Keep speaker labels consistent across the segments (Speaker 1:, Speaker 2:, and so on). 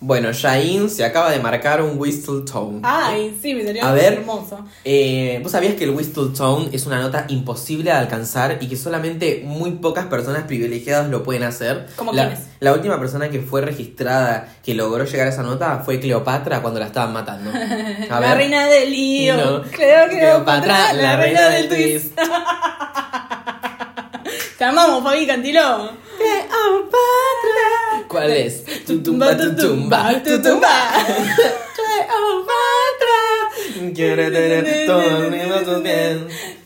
Speaker 1: Bueno, Shain se acaba de marcar un whistle tone.
Speaker 2: Ay, sí, me
Speaker 1: A
Speaker 2: sería
Speaker 1: ver.
Speaker 2: hermoso.
Speaker 1: Eh, ¿Vos sabías que el whistle tone es una nota imposible de alcanzar y que solamente muy pocas personas privilegiadas lo pueden hacer?
Speaker 2: ¿Cómo
Speaker 1: la,
Speaker 2: quiénes?
Speaker 1: La última persona que fue registrada que logró llegar a esa nota fue Cleopatra cuando la estaban matando. A
Speaker 2: la reina del lío.
Speaker 1: No.
Speaker 2: Creo que
Speaker 1: Cleopatra, la reina del
Speaker 2: twist.
Speaker 1: twist.
Speaker 2: Te amamos, Fabi Cantilo. Cleopatra.
Speaker 1: ¿Cuál es? Tu tumba, tu tumba, tu tumba. Cleopatra. Quiero tener todo el mundo a tus pies.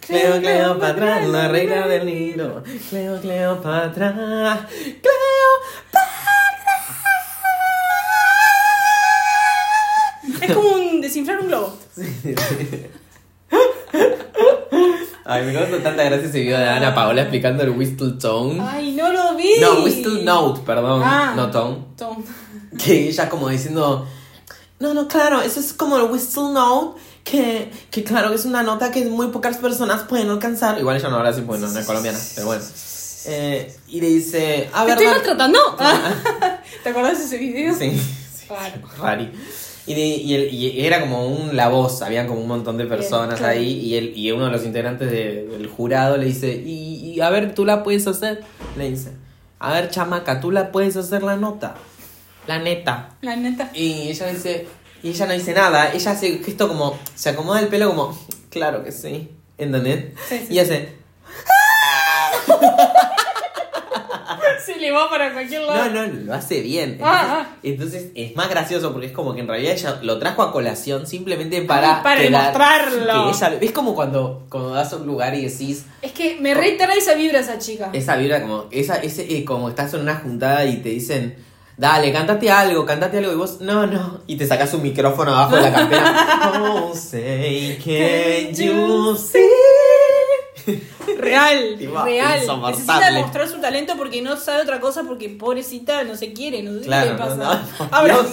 Speaker 1: Cleo, Cleopatra, la reina del Nilo. Cleo, Cleopatra. Cleo.
Speaker 2: Es como un desinflar un globo.
Speaker 1: Ay, me causa tanta gracia ese video de Ana Paola explicando el whistle tone.
Speaker 2: Ay, no lo vi.
Speaker 1: ¿Mm? No, whistle note, perdón.
Speaker 2: Ah.
Speaker 1: No tone.
Speaker 2: Tom.
Speaker 1: Que ella como diciendo... No, no, claro, eso es como el whistle note. Que, que claro, que es una nota que muy pocas personas pueden alcanzar. Igual ella no habla así, bueno, no es colombiana, pero bueno. Eh, y le dice... A
Speaker 2: Te
Speaker 1: ver,
Speaker 2: estoy
Speaker 1: Mar-
Speaker 2: maltratando. ¿Te acordás de ese video?
Speaker 1: Sí, sí.
Speaker 2: Claro.
Speaker 1: Rari. Y, de- y el- y era como un la voz, habían como un montón de personas
Speaker 2: claro.
Speaker 1: ahí y, el, y uno de los integrantes de- del jurado le dice, y, y a ver, tú la puedes hacer, le dice, a ver chamaca, tú la puedes hacer la nota, la neta.
Speaker 2: La neta.
Speaker 1: Y ella dice, y ella no dice nada, ella hace un gesto como, se acomoda el pelo como, claro que sí, ¿entendés?
Speaker 2: Sí, sí.
Speaker 1: Y hace,
Speaker 2: Se le va para cualquier
Speaker 1: No,
Speaker 2: lado.
Speaker 1: no, lo hace bien. Entonces,
Speaker 2: Ah, ah.
Speaker 1: entonces es más gracioso porque es como que en realidad ella lo trajo a colación simplemente
Speaker 2: Ah,
Speaker 1: para.
Speaker 2: para
Speaker 1: que
Speaker 2: demostrarlo.
Speaker 1: ella- es como cuando, cuando das a un lugar y decís.
Speaker 2: Es que me reitera esa vibra esa chica.
Speaker 1: Esa vibra, como. Esa, ese, eh, como estás en una juntada y te dicen. Dale, cantate algo, cantate algo. Y vos, no, no. Y te sacas un micrófono abajo de la campera. Oh, say, can you see?
Speaker 2: Real,
Speaker 1: Tipo,
Speaker 2: real.
Speaker 1: insoportable.
Speaker 2: Necesita demostrar su talento porque no sabe otra cosa porque pobrecita no se quiere, no sé qué
Speaker 1: Claro,
Speaker 2: le
Speaker 1: no,
Speaker 2: pasa.
Speaker 1: no. no,
Speaker 2: Abra-
Speaker 1: Dios,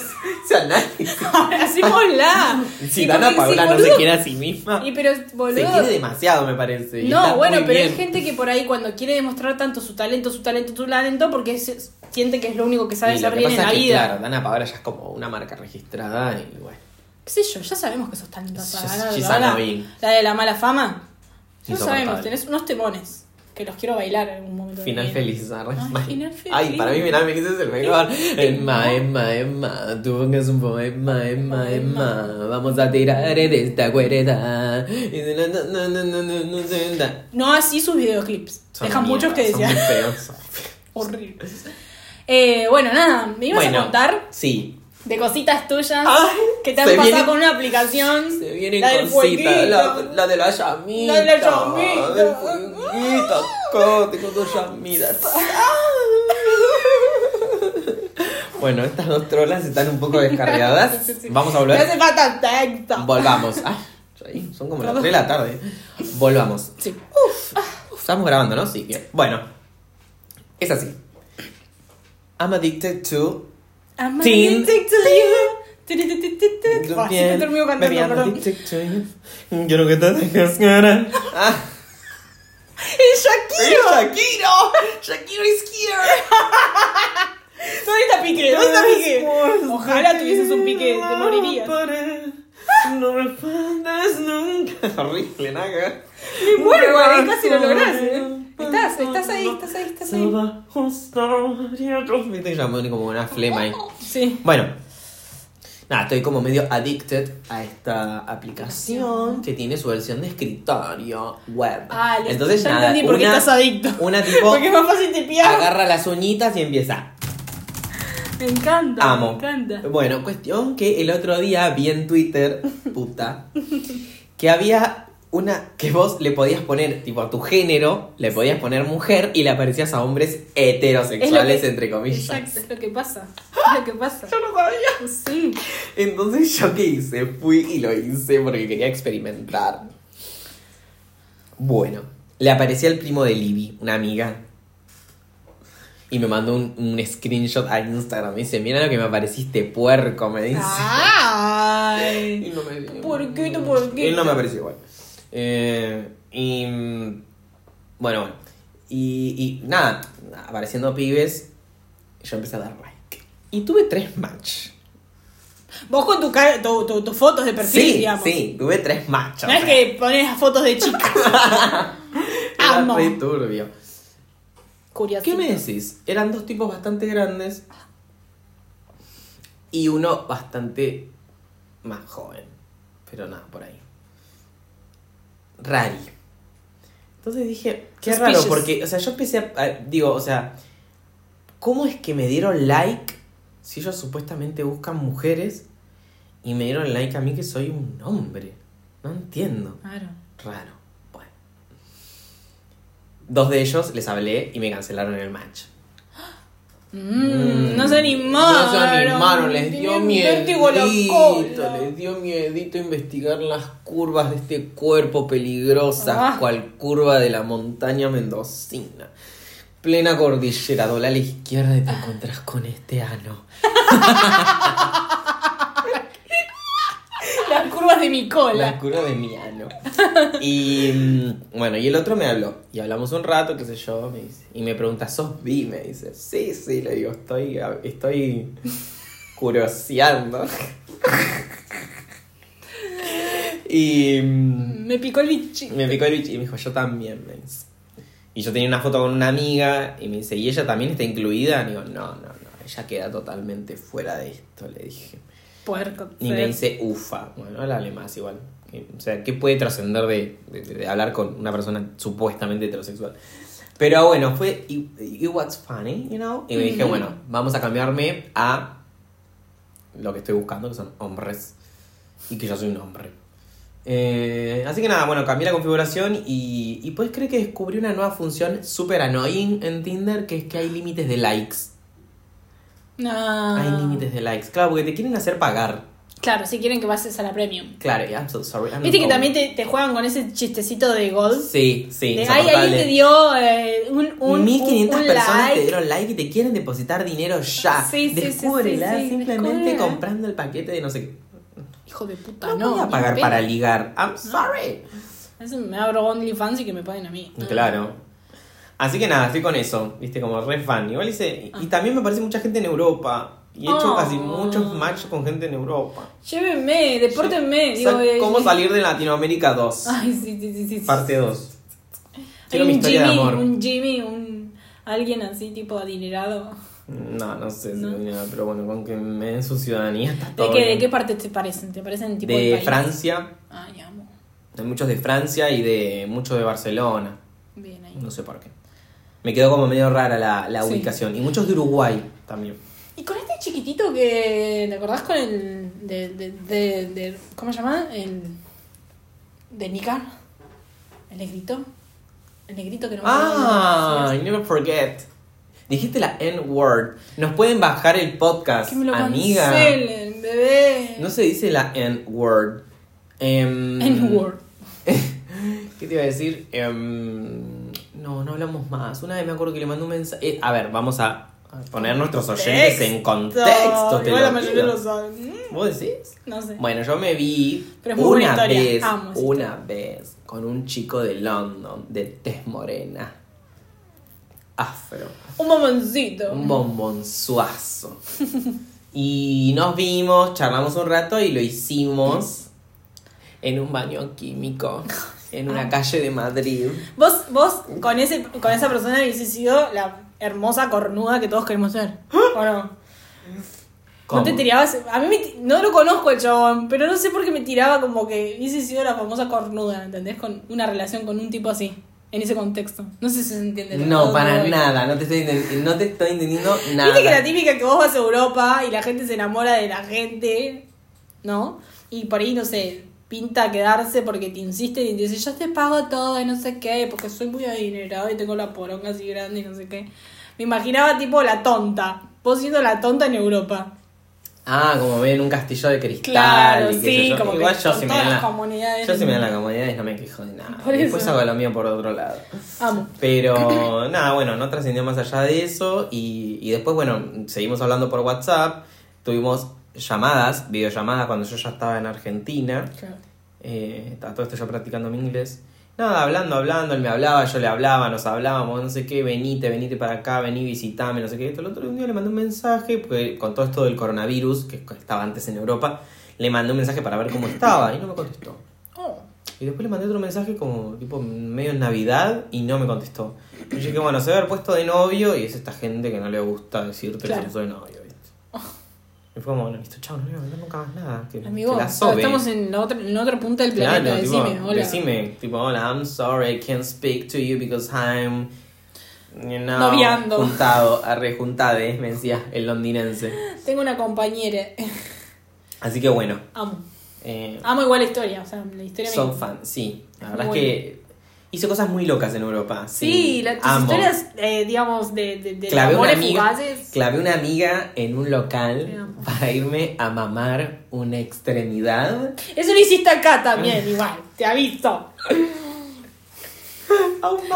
Speaker 1: o sea, nadie-
Speaker 2: abracémosla.
Speaker 1: Si
Speaker 2: Y
Speaker 1: Dana
Speaker 2: porque- sí,
Speaker 1: Paola no se
Speaker 2: boludo.
Speaker 1: quiere a sí misma.
Speaker 2: Y pero
Speaker 1: Se
Speaker 2: boludo.
Speaker 1: quiere demasiado, me parece. y está
Speaker 2: No, bueno,
Speaker 1: muy
Speaker 2: pero hay
Speaker 1: bien.
Speaker 2: gente que por ahí cuando quiere demostrar tanto su talento, su talento, su talento, porque se- siente que es lo único que sabe
Speaker 1: Y lo
Speaker 2: hacer
Speaker 1: que
Speaker 2: bien en
Speaker 1: pasa
Speaker 2: la
Speaker 1: es que,
Speaker 2: vida.
Speaker 1: Claro, Dana Paola ya es como una marca registrada y bueno.
Speaker 2: ¿Qué sé yo? Ya sabemos que sos talentosa.
Speaker 1: She's-
Speaker 2: ¿verdad?
Speaker 1: she's
Speaker 2: la,
Speaker 1: Anna
Speaker 2: la,
Speaker 1: Bean.
Speaker 2: la de la mala fama. No
Speaker 1: Insoportable.
Speaker 2: sabemos, tenés unos temones que los quiero bailar en algún momento. de mi
Speaker 1: Final
Speaker 2: vida.
Speaker 1: feliz, arre,
Speaker 2: Ay,
Speaker 1: mal.
Speaker 2: final feliz.
Speaker 1: Ay, para mí final feliz es el mejor. Emma, Emma, Emma, tú pongas un poema, Emma, Emma, vamos a tirar en esta cuerda. Y de la- no, no, no, no, no, no, no.
Speaker 2: No así sus videoclips.
Speaker 1: Son
Speaker 2: Dejan muchos que
Speaker 1: mierdas, son
Speaker 2: desear.
Speaker 1: muy feos, son feos.
Speaker 2: Horribles. Eh, bueno, nada, me ibas
Speaker 1: Bueno,
Speaker 2: a contar
Speaker 1: Sí,
Speaker 2: de cositas tuyas
Speaker 1: Ay,
Speaker 2: que te han
Speaker 1: se
Speaker 2: pasado
Speaker 1: viene-
Speaker 2: con una aplicación.
Speaker 1: Se vienen
Speaker 2: la del
Speaker 1: cositas,
Speaker 2: fueguito.
Speaker 1: la, la de la llamita.
Speaker 2: La de la llamita.
Speaker 1: Del fueguito, co- tengo dos llamitas. Bueno, estas dos trolas están un poco descargadas.
Speaker 2: Sí, sí.
Speaker 1: Vamos a
Speaker 2: Me
Speaker 1: volver.
Speaker 2: hace falta texto.
Speaker 1: Volvamos. Ay, ahí, son como las 3 de la tarde. Volvamos.
Speaker 2: Sí.
Speaker 1: Estamos grabando, ¿no? Sí. bien. Bueno, es así. I'm addicted to
Speaker 2: I'm
Speaker 1: Tin.
Speaker 2: addicted to you. Ti, ti, ti, ti, ti. Ah, sí, me termino cantando,
Speaker 1: Baby, I'm
Speaker 2: perdón.
Speaker 1: addicted to you. Quiero que te dejes ganar. Ah.
Speaker 2: ¡Y Shakira!
Speaker 1: Shakiro! Shakiro is here!
Speaker 2: ¿Dónde está Piqué? ¿Dónde está Piqué? Ojalá tuvieses un Piqué, te morirías.
Speaker 1: No respondas nunca. Horrible, naga.
Speaker 2: Me muero, güey, casi lo lográs. eh. Estás, estás ahí, estás ahí, estás ahí.
Speaker 1: Viste que ya me pone como una flema ahí.
Speaker 2: Sí.
Speaker 1: Bueno. Nada, estoy como medio addicted a esta aplicación que tiene su versión de escritorio web.
Speaker 2: Ah, listo.
Speaker 1: Entonces,
Speaker 2: ya
Speaker 1: nada,
Speaker 2: entendí por qué
Speaker 1: una-
Speaker 2: estás adicto.
Speaker 1: Una tipo
Speaker 2: Porque es más fácil te piar.
Speaker 1: agarra las uñitas y empieza.
Speaker 2: Me encanta,
Speaker 1: Amo.
Speaker 2: me encanta.
Speaker 1: Bueno, cuestión que el otro día vi en Twitter, puta, que había una que vos le podías poner, tipo a tu género, le podías poner mujer y le aparecías a hombres heterosexuales,
Speaker 2: Es lo que-
Speaker 1: entre comillas.
Speaker 2: Exacto, es lo que pasa. Es lo que pasa.
Speaker 1: Yo no sabía.
Speaker 2: Sí.
Speaker 1: Entonces, ¿yo qué hice? Fui y lo hice porque quería experimentar. Bueno, le aparecía el primo de Libby, una amiga. Y me mandó un, un screenshot a Instagram. Me dice, mira lo que me apareciste, puerco, me dice.
Speaker 2: Ay.
Speaker 1: Y no me-
Speaker 2: Puerquito, puerquito.
Speaker 1: Él no me apareció igual. Eh, y. mm, Bueno, bueno. Y, y nada, apareciendo pibes, yo empecé a dar like. Y tuve tres match.
Speaker 2: Vos con tu cara, tu- tu- tus fotos de perfil,
Speaker 1: Sí,
Speaker 2: digamos.
Speaker 1: sí, tuve tres machos.
Speaker 2: No es
Speaker 1: o sea,
Speaker 2: que pones fotos de chicas.
Speaker 1: era
Speaker 2: Amo.
Speaker 1: re turbio.
Speaker 2: Curiosito.
Speaker 1: ¿Qué me decís? Eran dos tipos bastante grandes y uno bastante más joven. Pero nada, por ahí. Rari. Entonces dije, qué
Speaker 2: Suspicious.
Speaker 1: raro, porque, o sea, yo empecé a, a- Digo, o sea, ¿cómo es que me dieron like si ellos supuestamente buscan mujeres y me dieron like a mí que soy un hombre? No entiendo.
Speaker 2: Claro.
Speaker 1: Raro. Bueno. Dos de ellos les hablé y me cancelaron el match.
Speaker 2: Mm, no se
Speaker 1: No
Speaker 2: animaron.
Speaker 1: se animaron, les dio
Speaker 2: Tenían
Speaker 1: miedito.
Speaker 2: vértigo la cola.
Speaker 1: Les dio miedito investigar las curvas de este cuerpo peligrosa,
Speaker 2: Ah.
Speaker 1: cual curva de la montaña mendocina. Plena cordillera, dobla a la izquierda y
Speaker 2: Ah.
Speaker 1: te encuentras con este ano.
Speaker 2: Las curvas de mi
Speaker 1: La
Speaker 2: cola.
Speaker 1: curva de mi ano. Y mm, bueno, y el otro me habló. Y hablamos un rato, qué sé yo, me dice. Y me pregunta, ¿sos bi? Me dice, sí, sí, le digo, estoy, estoy curioseando. y mm,
Speaker 2: Me picó el bichito.
Speaker 1: me picó el bicho y me dijo, yo también, me dice. Y yo tenía una foto con una amiga y me dice, ¿y ella también está incluida? Y digo, no, no, no, ella queda totalmente fuera de esto, le dije.
Speaker 2: Puerco.
Speaker 1: Y me dice ufa. Bueno, él hable más igual. Que- O sea, ¿qué puede trascender de, de- de hablar con una persona supuestamente heterosexual? Pero bueno, fue. It, it was funny, you know? Y me dije,
Speaker 2: Ujú.
Speaker 1: bueno, vamos a cambiarme a lo que estoy buscando, que son hombres. Y que yo soy un hombre. Eh, así que nada, bueno, cambié la configuración y, y puedes creer que descubrí una nueva función super annoying en Tinder, que es que hay límites de likes.
Speaker 2: No.
Speaker 1: Hay límites de likes. Claro, porque te quieren hacer pagar.
Speaker 2: Claro, si quieren que pases a la premium.
Speaker 1: Claro, I'm so sorry. I'm
Speaker 2: Viste que
Speaker 1: not
Speaker 2: también te, te juegan con ese chistecito de gold.
Speaker 1: Sí, sí.
Speaker 2: de, ay, alguien te dio eh, un, un,
Speaker 1: 1500
Speaker 2: un- un
Speaker 1: personas
Speaker 2: like.
Speaker 1: te dieron like y te quieren depositar dinero ya.
Speaker 2: Sí, sí, sí,
Speaker 1: Descúbrela
Speaker 2: sí, sí,
Speaker 1: simplemente
Speaker 2: descúbrela.
Speaker 1: comprando el paquete de no sé qué. Ah,
Speaker 2: Hijo de puta,
Speaker 1: No,
Speaker 2: no.
Speaker 1: voy a
Speaker 2: ni
Speaker 1: pagar
Speaker 2: pedo.
Speaker 1: para ligar. I'm sorry.
Speaker 2: Eso me abro OnlyFans y que me paguen a mí.
Speaker 1: Mm, Claro. Así que nada, estoy con eso. Viste, como re fan. Igual hice. Y también me parece mucha gente en Europa. Y he hecho
Speaker 2: Ah. Oh.
Speaker 1: casi muchos matches con gente en Europa.
Speaker 2: Llévenme, depórtenme.
Speaker 1: Sa-
Speaker 2: digo, eh,
Speaker 1: ¿Cómo salir de Latinoamérica 2?
Speaker 2: Ay, sí, sí, sí. sí, sí.
Speaker 1: Parte 2.
Speaker 2: Hay
Speaker 1: Quiero mi
Speaker 2: un
Speaker 1: historia
Speaker 2: Jimmy,
Speaker 1: de amor.
Speaker 2: un Jimmy, un alguien así tipo adinerado.
Speaker 1: No, no sé, si
Speaker 2: No.
Speaker 1: tenía, pero bueno, con que me den su ciudadanía está
Speaker 2: ¿De
Speaker 1: todo.
Speaker 2: qué,
Speaker 1: bien.
Speaker 2: ¿De qué parte te parecen? ¿Te parecen tipo
Speaker 1: De
Speaker 2: del país?
Speaker 1: Francia,
Speaker 2: Ay, amo.
Speaker 1: hay muchos de Francia y de muchos de Barcelona,
Speaker 2: Bien ahí.
Speaker 1: no sé por qué. Me quedó como medio rara la, la
Speaker 2: Sí.
Speaker 1: ubicación. Y muchos de Uruguay también.
Speaker 2: Y con este chiquitito que. ¿Te acordás con el. de. de, de, de- ¿Cómo se llama? El. de Nicar. El negrito. El negrito que no me acuerdo
Speaker 1: Ah, I
Speaker 2: el nombre.
Speaker 1: never forget. Dijiste la N-word. Nos pueden bajar el podcast,
Speaker 2: Que me lo
Speaker 1: Ah, amiga.
Speaker 2: cancelen, bebé.
Speaker 1: No se dice la N-word. Em,
Speaker 2: N-word.
Speaker 1: ¿Qué te iba a decir? Em, no, no hablamos más. Una vez me acuerdo que le mandé un mensaje. a ver, vamos a a poner nuestros oyentes en contexto. te
Speaker 2: Igual
Speaker 1: lo
Speaker 2: la mayoría
Speaker 1: pido.
Speaker 2: lo saben. Mm,
Speaker 1: ¿Vos decís?
Speaker 2: No sé.
Speaker 1: Bueno, yo me vi
Speaker 2: Pero es muy buena
Speaker 1: una
Speaker 2: historia.
Speaker 1: vez,
Speaker 2: Amo esa
Speaker 1: una vez, con un chico de London, de tez morena, afro,
Speaker 2: Un momentito.
Speaker 1: un bombonzuazo. y nos vimos, charlamos un rato y lo hicimos en un baño químico, en
Speaker 2: Ah.
Speaker 1: una calle de Madrid.
Speaker 2: Vos, vos con, ese, con esa persona hubiese sido la hermosa cornuda que todos queremos ser. ¿O no?
Speaker 1: ¿Cómo?
Speaker 2: No te tirabas. A mí me ti- no lo conozco el chabón, pero no sé por qué me tiraba como que hubiese sido la famosa cornuda, ¿entendés? Con una relación con un tipo así, en ese contexto. No sé si se entiende.
Speaker 1: No, para
Speaker 2: voy.
Speaker 1: nada, no te estoy, enten- no te estoy entendiendo nada.
Speaker 2: Viste que la típica que vos vas a Europa y la gente se enamora de la gente, ¿no? Y por ahí, no sé, pinta quedarse porque te insiste y te dice, yo te pago todo y no sé qué, porque soy muy adinerado y tengo la poronga así grande y no sé qué. Me imaginaba tipo la tonta, vos siendo la tonta en Europa.
Speaker 1: Ah, como ven un castillo de cristal.
Speaker 2: Claro,
Speaker 1: y qué sé
Speaker 2: sí,
Speaker 1: yo.
Speaker 2: como que
Speaker 1: Igual yo
Speaker 2: son
Speaker 1: si me
Speaker 2: todas
Speaker 1: dan
Speaker 2: las
Speaker 1: la-
Speaker 2: comunidades.
Speaker 1: Yo si me dan la comodidad y no me quejo de nada.
Speaker 2: Por
Speaker 1: Después
Speaker 2: eso.
Speaker 1: hago lo mío por otro lado.
Speaker 2: Amo.
Speaker 1: Pero nada, bueno, no trascendió más allá de eso. Y, y después, bueno, seguimos hablando por WhatsApp. Tuvimos llamadas, videollamadas cuando yo ya estaba en Argentina. Eh, estaba todo esto yo practicando mi inglés. Nada, hablando, hablando, él me hablaba, yo le hablaba, nos hablábamos, no sé qué, venite, venite para acá, vení, visitame, no sé qué. El otro día le mandé un mensaje, porque con todo esto del coronavirus, que estaba antes en Europa, le mandé un mensaje para ver cómo estaba y no me contestó.
Speaker 2: Oh.
Speaker 1: Y después le mandé otro mensaje como tipo medio en Navidad y no me contestó. Y yo dije, bueno, se va a haber puesto de novio y es esta gente que no le gusta decirte
Speaker 2: Claro.
Speaker 1: que se puso de novio, ¿viste? Y fue como, bueno, listo, chao, no le voy a mandar nunca más nada. Que,
Speaker 2: Amigo,
Speaker 1: que la sobe.
Speaker 2: estamos en la otra, en la otra punta del planeta.
Speaker 1: Claro, tipo,
Speaker 2: decime, hola.
Speaker 1: decime, tipo, hola, I'm sorry, I can't speak to you because I'm, you know,
Speaker 2: Noviando.
Speaker 1: juntado, arre, juntade, me decía el londinense.
Speaker 2: Tengo una compañera.
Speaker 1: Así que bueno,
Speaker 2: Amo.
Speaker 1: eh,
Speaker 2: Amo igual la historia. O sea, la historia me-
Speaker 1: son fan, sí. La verdad
Speaker 2: Muy
Speaker 1: es que hizo cosas muy locas en Europa. Sí,
Speaker 2: Sí, la- tus
Speaker 1: amo.
Speaker 2: historias, eh, digamos, de, de, de
Speaker 1: Clavé una
Speaker 2: amores
Speaker 1: amiga.
Speaker 2: fugaces.
Speaker 1: Clavé una amiga en un
Speaker 2: Te
Speaker 1: local
Speaker 2: amo.
Speaker 1: para irme a mamar una extremidad.
Speaker 2: Eso lo hiciste acá también, igual. Te aviso.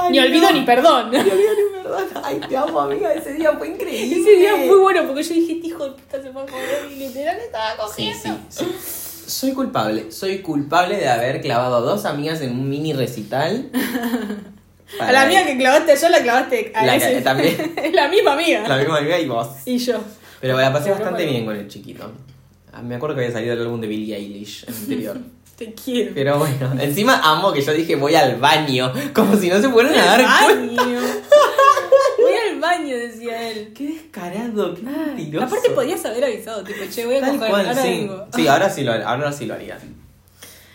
Speaker 2: Ni olvido ni perdón.
Speaker 1: Oh, Ni olvido ni perdón. Ay, te amo, amiga. Ese día fue increíble.
Speaker 2: Ese día fue bueno porque yo dije, hijo de puta, se fue a comer y literal estaba
Speaker 1: Sí,
Speaker 2: cogiendo.
Speaker 1: sí, sí. Soy culpable. Soy culpable de haber clavado a dos amigas en un mini recital.
Speaker 2: A la amiga que clavaste yo la clavaste a
Speaker 1: La-
Speaker 2: ese.
Speaker 1: también.
Speaker 2: Es la misma amiga.
Speaker 1: La misma amiga y vos.
Speaker 2: Y yo.
Speaker 1: Pero la pasé
Speaker 2: Pero
Speaker 1: bastante
Speaker 2: bueno.
Speaker 1: bien con el chiquito. Ah, Me acuerdo que había salido el álbum de Billie Eilish anterior.
Speaker 2: Te quiero.
Speaker 1: Pero bueno, encima amo que yo dije voy al baño. Como si no se fueran a dar cuenta.
Speaker 2: baño. Voy al baño, decía él.
Speaker 1: Qué descarado, qué mentiroso.
Speaker 2: Aparte podías haber avisado, tipo, che, voy a
Speaker 1: Tal
Speaker 2: coger,
Speaker 1: cual,
Speaker 2: ahora
Speaker 1: sí.
Speaker 2: vengo.
Speaker 1: Sí, ahora sí lo, ahora sí lo haría.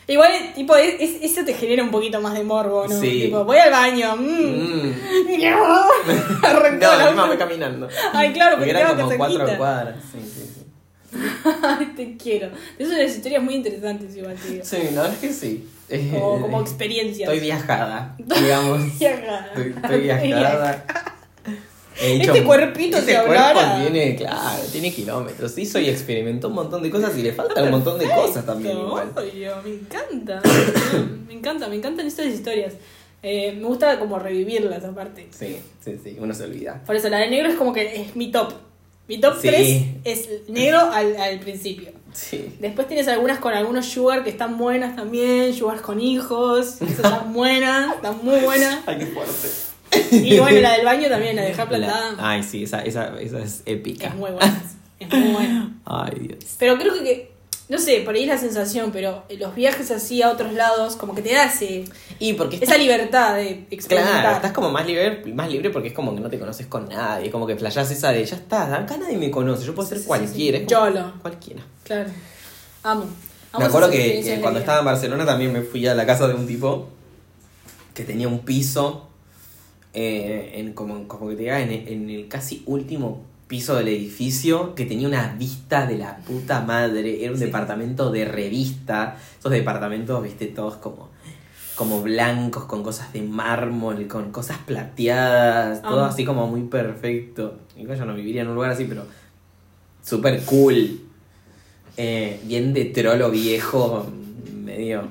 Speaker 2: Igual, tipo, es- es- eso te genera un poquito más de morbo, ¿no?
Speaker 1: Sí.
Speaker 2: Tipo, voy al baño. mm.
Speaker 1: Mm.
Speaker 2: No. Arrancó
Speaker 1: No,
Speaker 2: la-
Speaker 1: encima fue caminando.
Speaker 2: Ay, claro, porque
Speaker 1: eran
Speaker 2: estaba
Speaker 1: como
Speaker 2: acá
Speaker 1: cuatro
Speaker 2: cerquita.
Speaker 1: cuadras. Sí, sí, sí.
Speaker 2: Ay, te quiero. Es una de las historias muy interesantes, igual, te digo.
Speaker 1: Sí, la verdad es que sí.
Speaker 2: Como,
Speaker 1: Eh,
Speaker 2: como experiencias.
Speaker 1: Estoy viajada, digamos.
Speaker 2: Viajada.
Speaker 1: Estoy, estoy viajada. He
Speaker 2: Este cuerpito,
Speaker 1: este
Speaker 2: si
Speaker 1: cuerpo
Speaker 2: hablara.
Speaker 1: tiene, claro, tiene kilómetros. Hizo y experimentó un montón de cosas y le faltan un montón de cosas también
Speaker 2: Perfecto,
Speaker 1: igual.
Speaker 2: obvio, me encanta. me encanta, me encantan estas historias. Eh, me gusta como revivirlas aparte.
Speaker 1: Sí, sí, sí, uno se olvida.
Speaker 2: Por eso la de negro es como que es mi top. Mi top
Speaker 1: Sí.
Speaker 2: 3 es negro al, al principio.
Speaker 1: Sí.
Speaker 2: Después tienes algunas con algunos sugar que están buenas también, sugar con hijos, esas están buenas, están muy buenas.
Speaker 1: Ay, qué fuerte.
Speaker 2: Y bueno, la del baño también, la de dejar plantada,
Speaker 1: La- ah, Ay, sí, esa, esa, esa es épica.
Speaker 2: es muy buena, es muy buena.
Speaker 1: Ay, Dios.
Speaker 2: Pero creo que, no sé, por ahí es la sensación, pero los viajes así a otros lados, como que te da ese-
Speaker 1: Y porque
Speaker 2: esa libertad de experimentar.
Speaker 1: Claro, estás como más libre, más libre porque es como que no te conoces con nadie, como que flashás esa de ya está, acá nadie me conoce, yo puedo ser
Speaker 2: Sí, sí,
Speaker 1: cualquiera.
Speaker 2: sí.
Speaker 1: es como-
Speaker 2: Yolo.
Speaker 1: Cualquiera.
Speaker 2: Claro. Amo. Amo
Speaker 1: me acuerdo
Speaker 2: esas
Speaker 1: que,
Speaker 2: experiencias
Speaker 1: que
Speaker 2: de
Speaker 1: cuando
Speaker 2: vida.
Speaker 1: estaba en Barcelona también me fui a la casa de un tipo que tenía un piso, eh, en, como, como que te diga, en, el- en el casi último piso del edificio, que tenía una vista de la puta madre, era un
Speaker 2: Sí.
Speaker 1: departamento de revista, esos departamentos, viste, todos como, como blancos, con cosas de mármol, con cosas plateadas, todo
Speaker 2: Amo.
Speaker 1: así como muy perfecto. Igual yo no viviría en un lugar así, pero super cool. Eh, bien de trolo viejo, medio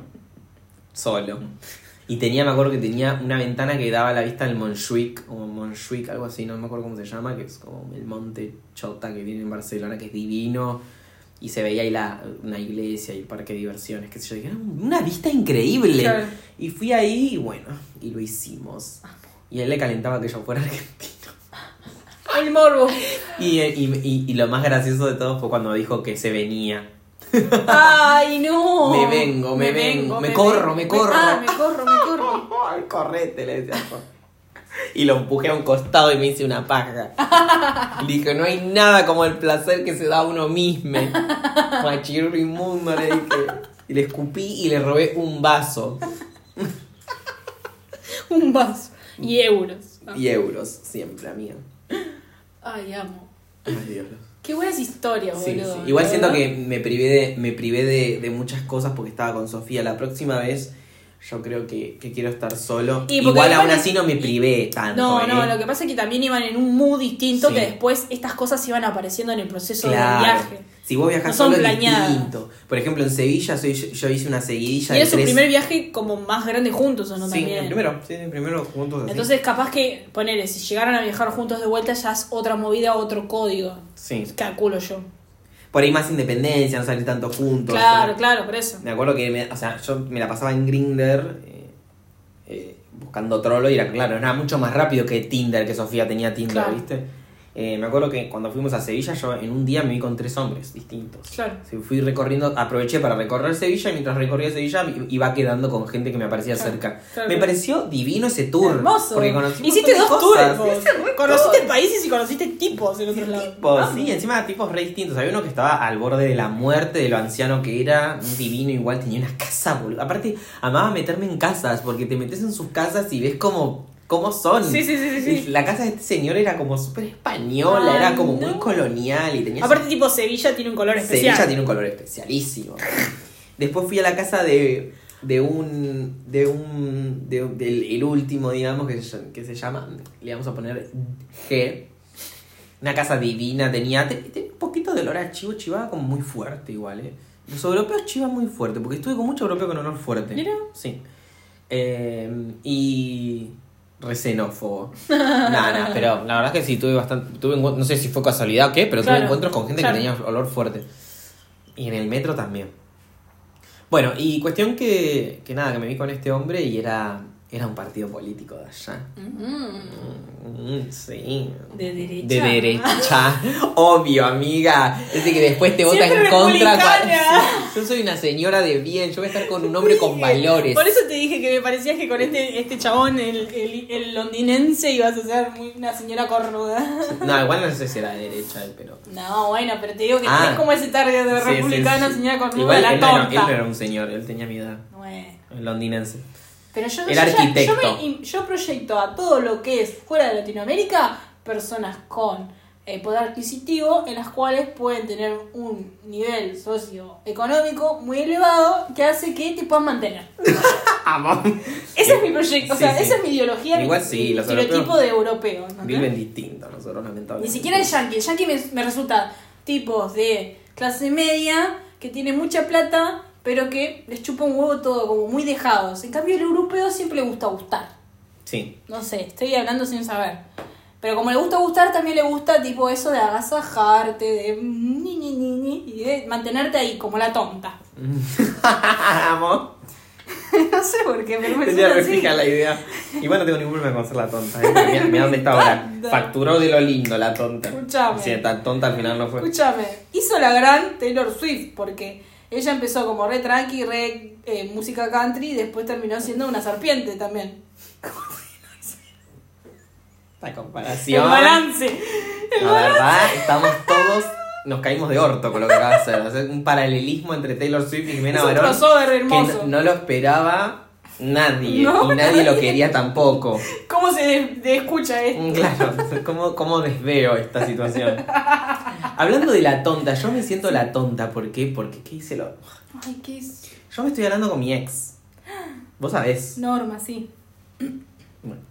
Speaker 1: solo. Y tenía, me acuerdo que tenía una ventana que daba la vista al Montjuic, o Montjuic, algo así, no me acuerdo cómo se llama, que es como el monte Chota que tiene en Barcelona, que es divino. Y se veía ahí la, una iglesia y el parque de diversiones, que sé yo. y era una vista increíble.
Speaker 2: Claro.
Speaker 1: Y fui ahí y bueno, y lo hicimos. Y él le calentaba que yo fuera argentino.
Speaker 2: El morbo.
Speaker 1: Y, y, y- y lo más gracioso de todo fue cuando dijo que se venía.
Speaker 2: Ay, no.
Speaker 1: Me vengo, me vengo, me corro, me corro.
Speaker 2: Ah, me corro, me corro.
Speaker 1: Ay, correte, le decía. Y lo empujé a un costado y me hice una paja. Le dije, no hay nada como el placer que se da a uno mismo. Machirro inmundo, le dije. Y le escupí y le robé un vaso.
Speaker 2: Un vaso. Y euros. Ah.
Speaker 1: Y euros, siempre, amiga.
Speaker 2: Ay, amo.
Speaker 1: Ay, Dios.
Speaker 2: Qué buenas historias,
Speaker 1: Sí,
Speaker 2: boludo.
Speaker 1: sí. Igual
Speaker 2: ¿no?
Speaker 1: siento que me privé, de, me privé de, de muchas cosas porque estaba con Sofía. La próxima vez yo creo que, que quiero estar solo.
Speaker 2: Y porque
Speaker 1: Igual
Speaker 2: igual
Speaker 1: aún
Speaker 2: es-
Speaker 1: así no me privé tanto.
Speaker 2: No,
Speaker 1: ¿eh?
Speaker 2: no, lo que pasa es que también iban en un mood distinto
Speaker 1: Sí.
Speaker 2: que después estas cosas iban apareciendo en el proceso
Speaker 1: Claro.
Speaker 2: del viaje.
Speaker 1: Si vos viajás
Speaker 2: No son
Speaker 1: solo es
Speaker 2: planeadas.
Speaker 1: distinto. Por ejemplo, en Sevilla soy- yo, yo hice una seguidilla
Speaker 2: Y
Speaker 1: de
Speaker 2: era su
Speaker 1: tres...
Speaker 2: primer viaje como más grande juntos, ¿o no?
Speaker 1: sí,
Speaker 2: también.
Speaker 1: el primero, sí, el primero juntos así.
Speaker 2: Entonces, capaz que, ponele, si llegaran a viajar juntos de vuelta, ya es otra movida, otro código.
Speaker 1: Sí.
Speaker 2: Calculo yo.
Speaker 1: Por ahí más independencia, no salir tanto juntos.
Speaker 2: claro,
Speaker 1: ¿no?
Speaker 2: claro, por eso.
Speaker 1: Me acuerdo que me, o sea, yo me la pasaba en Grinder eh, buscando trolo y era claro, era mucho más rápido que Tinder, que Sofía tenía Tinder,
Speaker 2: Claro.
Speaker 1: ¿viste? Eh, me acuerdo que cuando fuimos a Sevilla, yo en un día me vi con tres hombres distintos.
Speaker 2: Claro.
Speaker 1: Sí, fui recorriendo, aproveché para recorrer Sevilla y mientras recorría Sevilla i- iba quedando con gente que me aparecía
Speaker 2: Claro,
Speaker 1: cerca.
Speaker 2: claro.
Speaker 1: me pareció divino ese tour.
Speaker 2: Hermoso.
Speaker 1: Porque conocí un
Speaker 2: Hiciste dos
Speaker 1: montón de
Speaker 2: tours.
Speaker 1: cosas.
Speaker 2: vos.
Speaker 1: Sí, sí, re
Speaker 2: Conociste
Speaker 1: tour.
Speaker 2: países y conociste tipos en otros lados.
Speaker 1: Tipos,
Speaker 2: Ah,
Speaker 1: sí, encima tipos re distintos. Había uno que estaba al borde de la muerte, de lo anciano que era, un divino igual, tenía una casa, boludo. Aparte, amaba meterme en casas, porque te metes en sus casas y ves como cómo son.
Speaker 2: Sí, sí, sí, sí, sí.
Speaker 1: La casa de este señor era como súper española,
Speaker 2: Ay,
Speaker 1: era como
Speaker 2: no.
Speaker 1: muy colonial y tenía
Speaker 2: Aparte, tipo, Sevilla tiene un color especial.
Speaker 1: Sevilla tiene un color especialísimo. Después fui a la casa de, de un. de un. de- del el último, digamos, que se, que se llama. Le vamos a poner G. Una casa divina, tenía. te- tenía un poquito de olor a chivo, chivaba como muy fuerte igual, ¿eh? Los europeos chivan muy fuerte, porque estuve con mucho europeo con olor fuerte.
Speaker 2: Mira.
Speaker 1: Sí. Eh, y. Recenófobo. Nada, pero la verdad es que sí, tuve bastante. Tuve, encu- no sé si fue casualidad o qué, pero
Speaker 2: Claro,
Speaker 1: tuve encuentros con gente
Speaker 2: claro.
Speaker 1: que tenía olor fuerte. Y en el metro también. Bueno, y cuestión que, que nada, que me vi con este hombre y era, era un partido político de allá.
Speaker 2: Mm,
Speaker 1: Mm, sí.
Speaker 2: De derecha.
Speaker 1: De derecha. Obvio, amiga. Es de que después te votas
Speaker 2: Siempre
Speaker 1: en contra. cua-
Speaker 2: republicana.
Speaker 1: Yo soy una señora de bien. Yo voy a estar con un hombre con
Speaker 2: Dije,
Speaker 1: valores.
Speaker 2: Por eso te dije que me parecía que con este, este chabón, el, el, el londinense, ibas a ser muy una señora cornuda.
Speaker 1: No, igual no sé si era de derecha, él, pero.
Speaker 2: No, bueno, pero te digo que
Speaker 1: Ah.
Speaker 2: tenés como ese target de
Speaker 1: Sí, sí,
Speaker 2: republicana,
Speaker 1: sí.
Speaker 2: señora cornuda,
Speaker 1: Igual
Speaker 2: la
Speaker 1: él, no era,
Speaker 2: torta.
Speaker 1: él no era un señor, él tenía mi edad.
Speaker 2: Bueno.
Speaker 1: El londinense.
Speaker 2: Pero yo,
Speaker 1: El
Speaker 2: yo ya-
Speaker 1: arquitecto.
Speaker 2: yo me- yo proyecto a todo lo que es fuera de Latinoamérica personas con eh, poder adquisitivo en las cuales pueden tener un nivel socioeconómico muy elevado que hace que te puedan mantener.
Speaker 1: Amo.
Speaker 2: Ese es mi proyecto, o
Speaker 1: Sí,
Speaker 2: sea,
Speaker 1: sí.
Speaker 2: esa es mi ideología,
Speaker 1: Igual
Speaker 2: mi,
Speaker 1: sí,
Speaker 2: mi
Speaker 1: los europeos
Speaker 2: estereotipo de europeo. ¿entendés?
Speaker 1: Viven distinto nosotros, lamentablemente.
Speaker 2: Ni siquiera el yankee. El yankee me, me resulta tipos de clase media que tienen mucha plata, pero que les chupa un huevo todo, como muy dejados. En cambio, el europeo siempre le gusta gustar.
Speaker 1: Sí.
Speaker 2: No sé, estoy hablando sin saber. Pero como le gusta gustar, también le gusta tipo eso de agasajarte, de ni ni ni ni, y de mantenerte ahí como la tonta.
Speaker 1: Amo.
Speaker 2: no sé por qué, pero me
Speaker 1: Tenía
Speaker 2: suena
Speaker 1: re
Speaker 2: así.
Speaker 1: fija la idea. Igual no tengo ningún problema con ser la tonta. ¿eh? Mira, mira dónde está ahora.
Speaker 2: encanta.
Speaker 1: Facturó de lo lindo la tonta.
Speaker 2: Escuchame.
Speaker 1: Si tan tonta al final no fue.
Speaker 2: Escúchame, hizo la gran Taylor Swift porque ella empezó como re tranqui, re eh, música country y después terminó siendo una serpiente también.
Speaker 1: La
Speaker 2: el
Speaker 1: comparación.
Speaker 2: balance. El
Speaker 1: La
Speaker 2: balance.
Speaker 1: verdad, estamos todos. Nos caímos de orto con lo que acabas de hacer. Hacer un paralelismo entre Taylor Swift y Jimena
Speaker 2: Es un
Speaker 1: Barón.
Speaker 2: crossover
Speaker 1: Que
Speaker 2: hermoso.
Speaker 1: no, no lo esperaba nadie.
Speaker 2: No,
Speaker 1: y nadie lo quería tampoco.
Speaker 2: ¿Cómo se de- de escucha esto?
Speaker 1: Mm, Claro, ¿cómo, cómo desveo esta situación? Hablando de la tonta, yo me siento la tonta. ¿Por qué? Porque, ¿qué hice lo.?
Speaker 2: Ay, qué es
Speaker 1: Yo me estoy hablando con mi ex. Vos sabés.
Speaker 2: norma, sí.
Speaker 1: Bueno.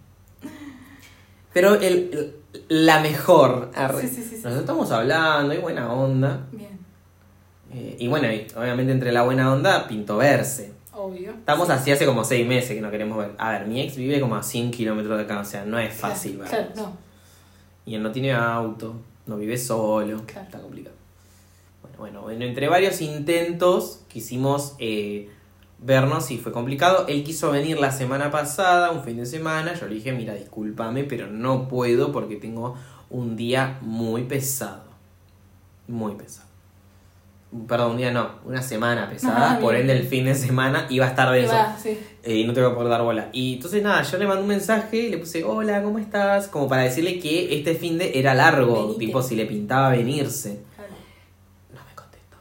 Speaker 1: Pero el, el- la mejor. arre.
Speaker 2: Sí, sí, sí, sí.
Speaker 1: Nos estamos hablando, hay buena onda.
Speaker 2: Bien,
Speaker 1: Eh, y bueno, y obviamente entre la buena onda pintó verse.
Speaker 2: obvio.
Speaker 1: Estamos así hace como seis meses que no queremos ver. A ver, mi ex vive como a 100 kilómetros de acá, o sea, no es fácil,
Speaker 2: Claro,
Speaker 1: ¿verdad?
Speaker 2: claro, no.
Speaker 1: Y él no tiene auto, no vive solo.
Speaker 2: Claro.
Speaker 1: Está complicado. Bueno, bueno, bueno, entre varios intentos quisimos eh, vernos y fue complicado. Él quiso venir la semana pasada, un fin de semana. Yo le dije, mira, discúlpame, pero no puedo porque tengo un día muy pesado. Muy pesado. Perdón, un día no, una semana pesada.
Speaker 2: Ajá,
Speaker 1: por
Speaker 2: bien.
Speaker 1: ende, el fin de semana iba a estar de
Speaker 2: Y
Speaker 1: eso.
Speaker 2: va, sí.
Speaker 1: Eh, y no te voy a poder dar bola. Y entonces nada, yo le mandé un mensaje y le puse, hola, ¿cómo estás? Como para decirle que este fin de era largo,
Speaker 2: Venite.
Speaker 1: tipo si le pintaba venirse.
Speaker 2: Claro.
Speaker 1: No me contestó.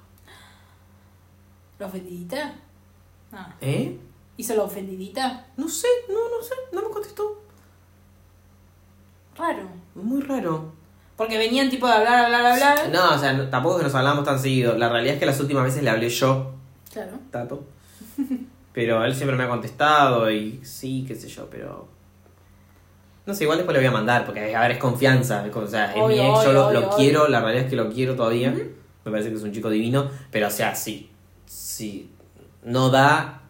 Speaker 2: ¿La ofendidita? Ah.
Speaker 1: ¿Eh?
Speaker 2: ¿Hizo la ofendidita?
Speaker 1: No sé, no, no sé, no me contestó.
Speaker 2: Raro.
Speaker 1: Muy raro.
Speaker 2: Porque venían tipo de hablar, hablar, hablar.
Speaker 1: No, o sea, no- tampoco es que nos hablamos tan seguido. La realidad es que las últimas veces le hablé yo,
Speaker 2: Claro.
Speaker 1: Tato. Pero él siempre me ha contestado y sí, qué sé yo, pero... No sé, igual después le voy a mandar, porque a ver, es confianza. es como, O sea, es mi
Speaker 2: Obvio,
Speaker 1: ex, yo lo,
Speaker 2: obvio,
Speaker 1: lo
Speaker 2: obvio,
Speaker 1: quiero, la realidad es que lo quiero todavía. Me parece que es un chico divino, pero o sea, sí. Sí. No da,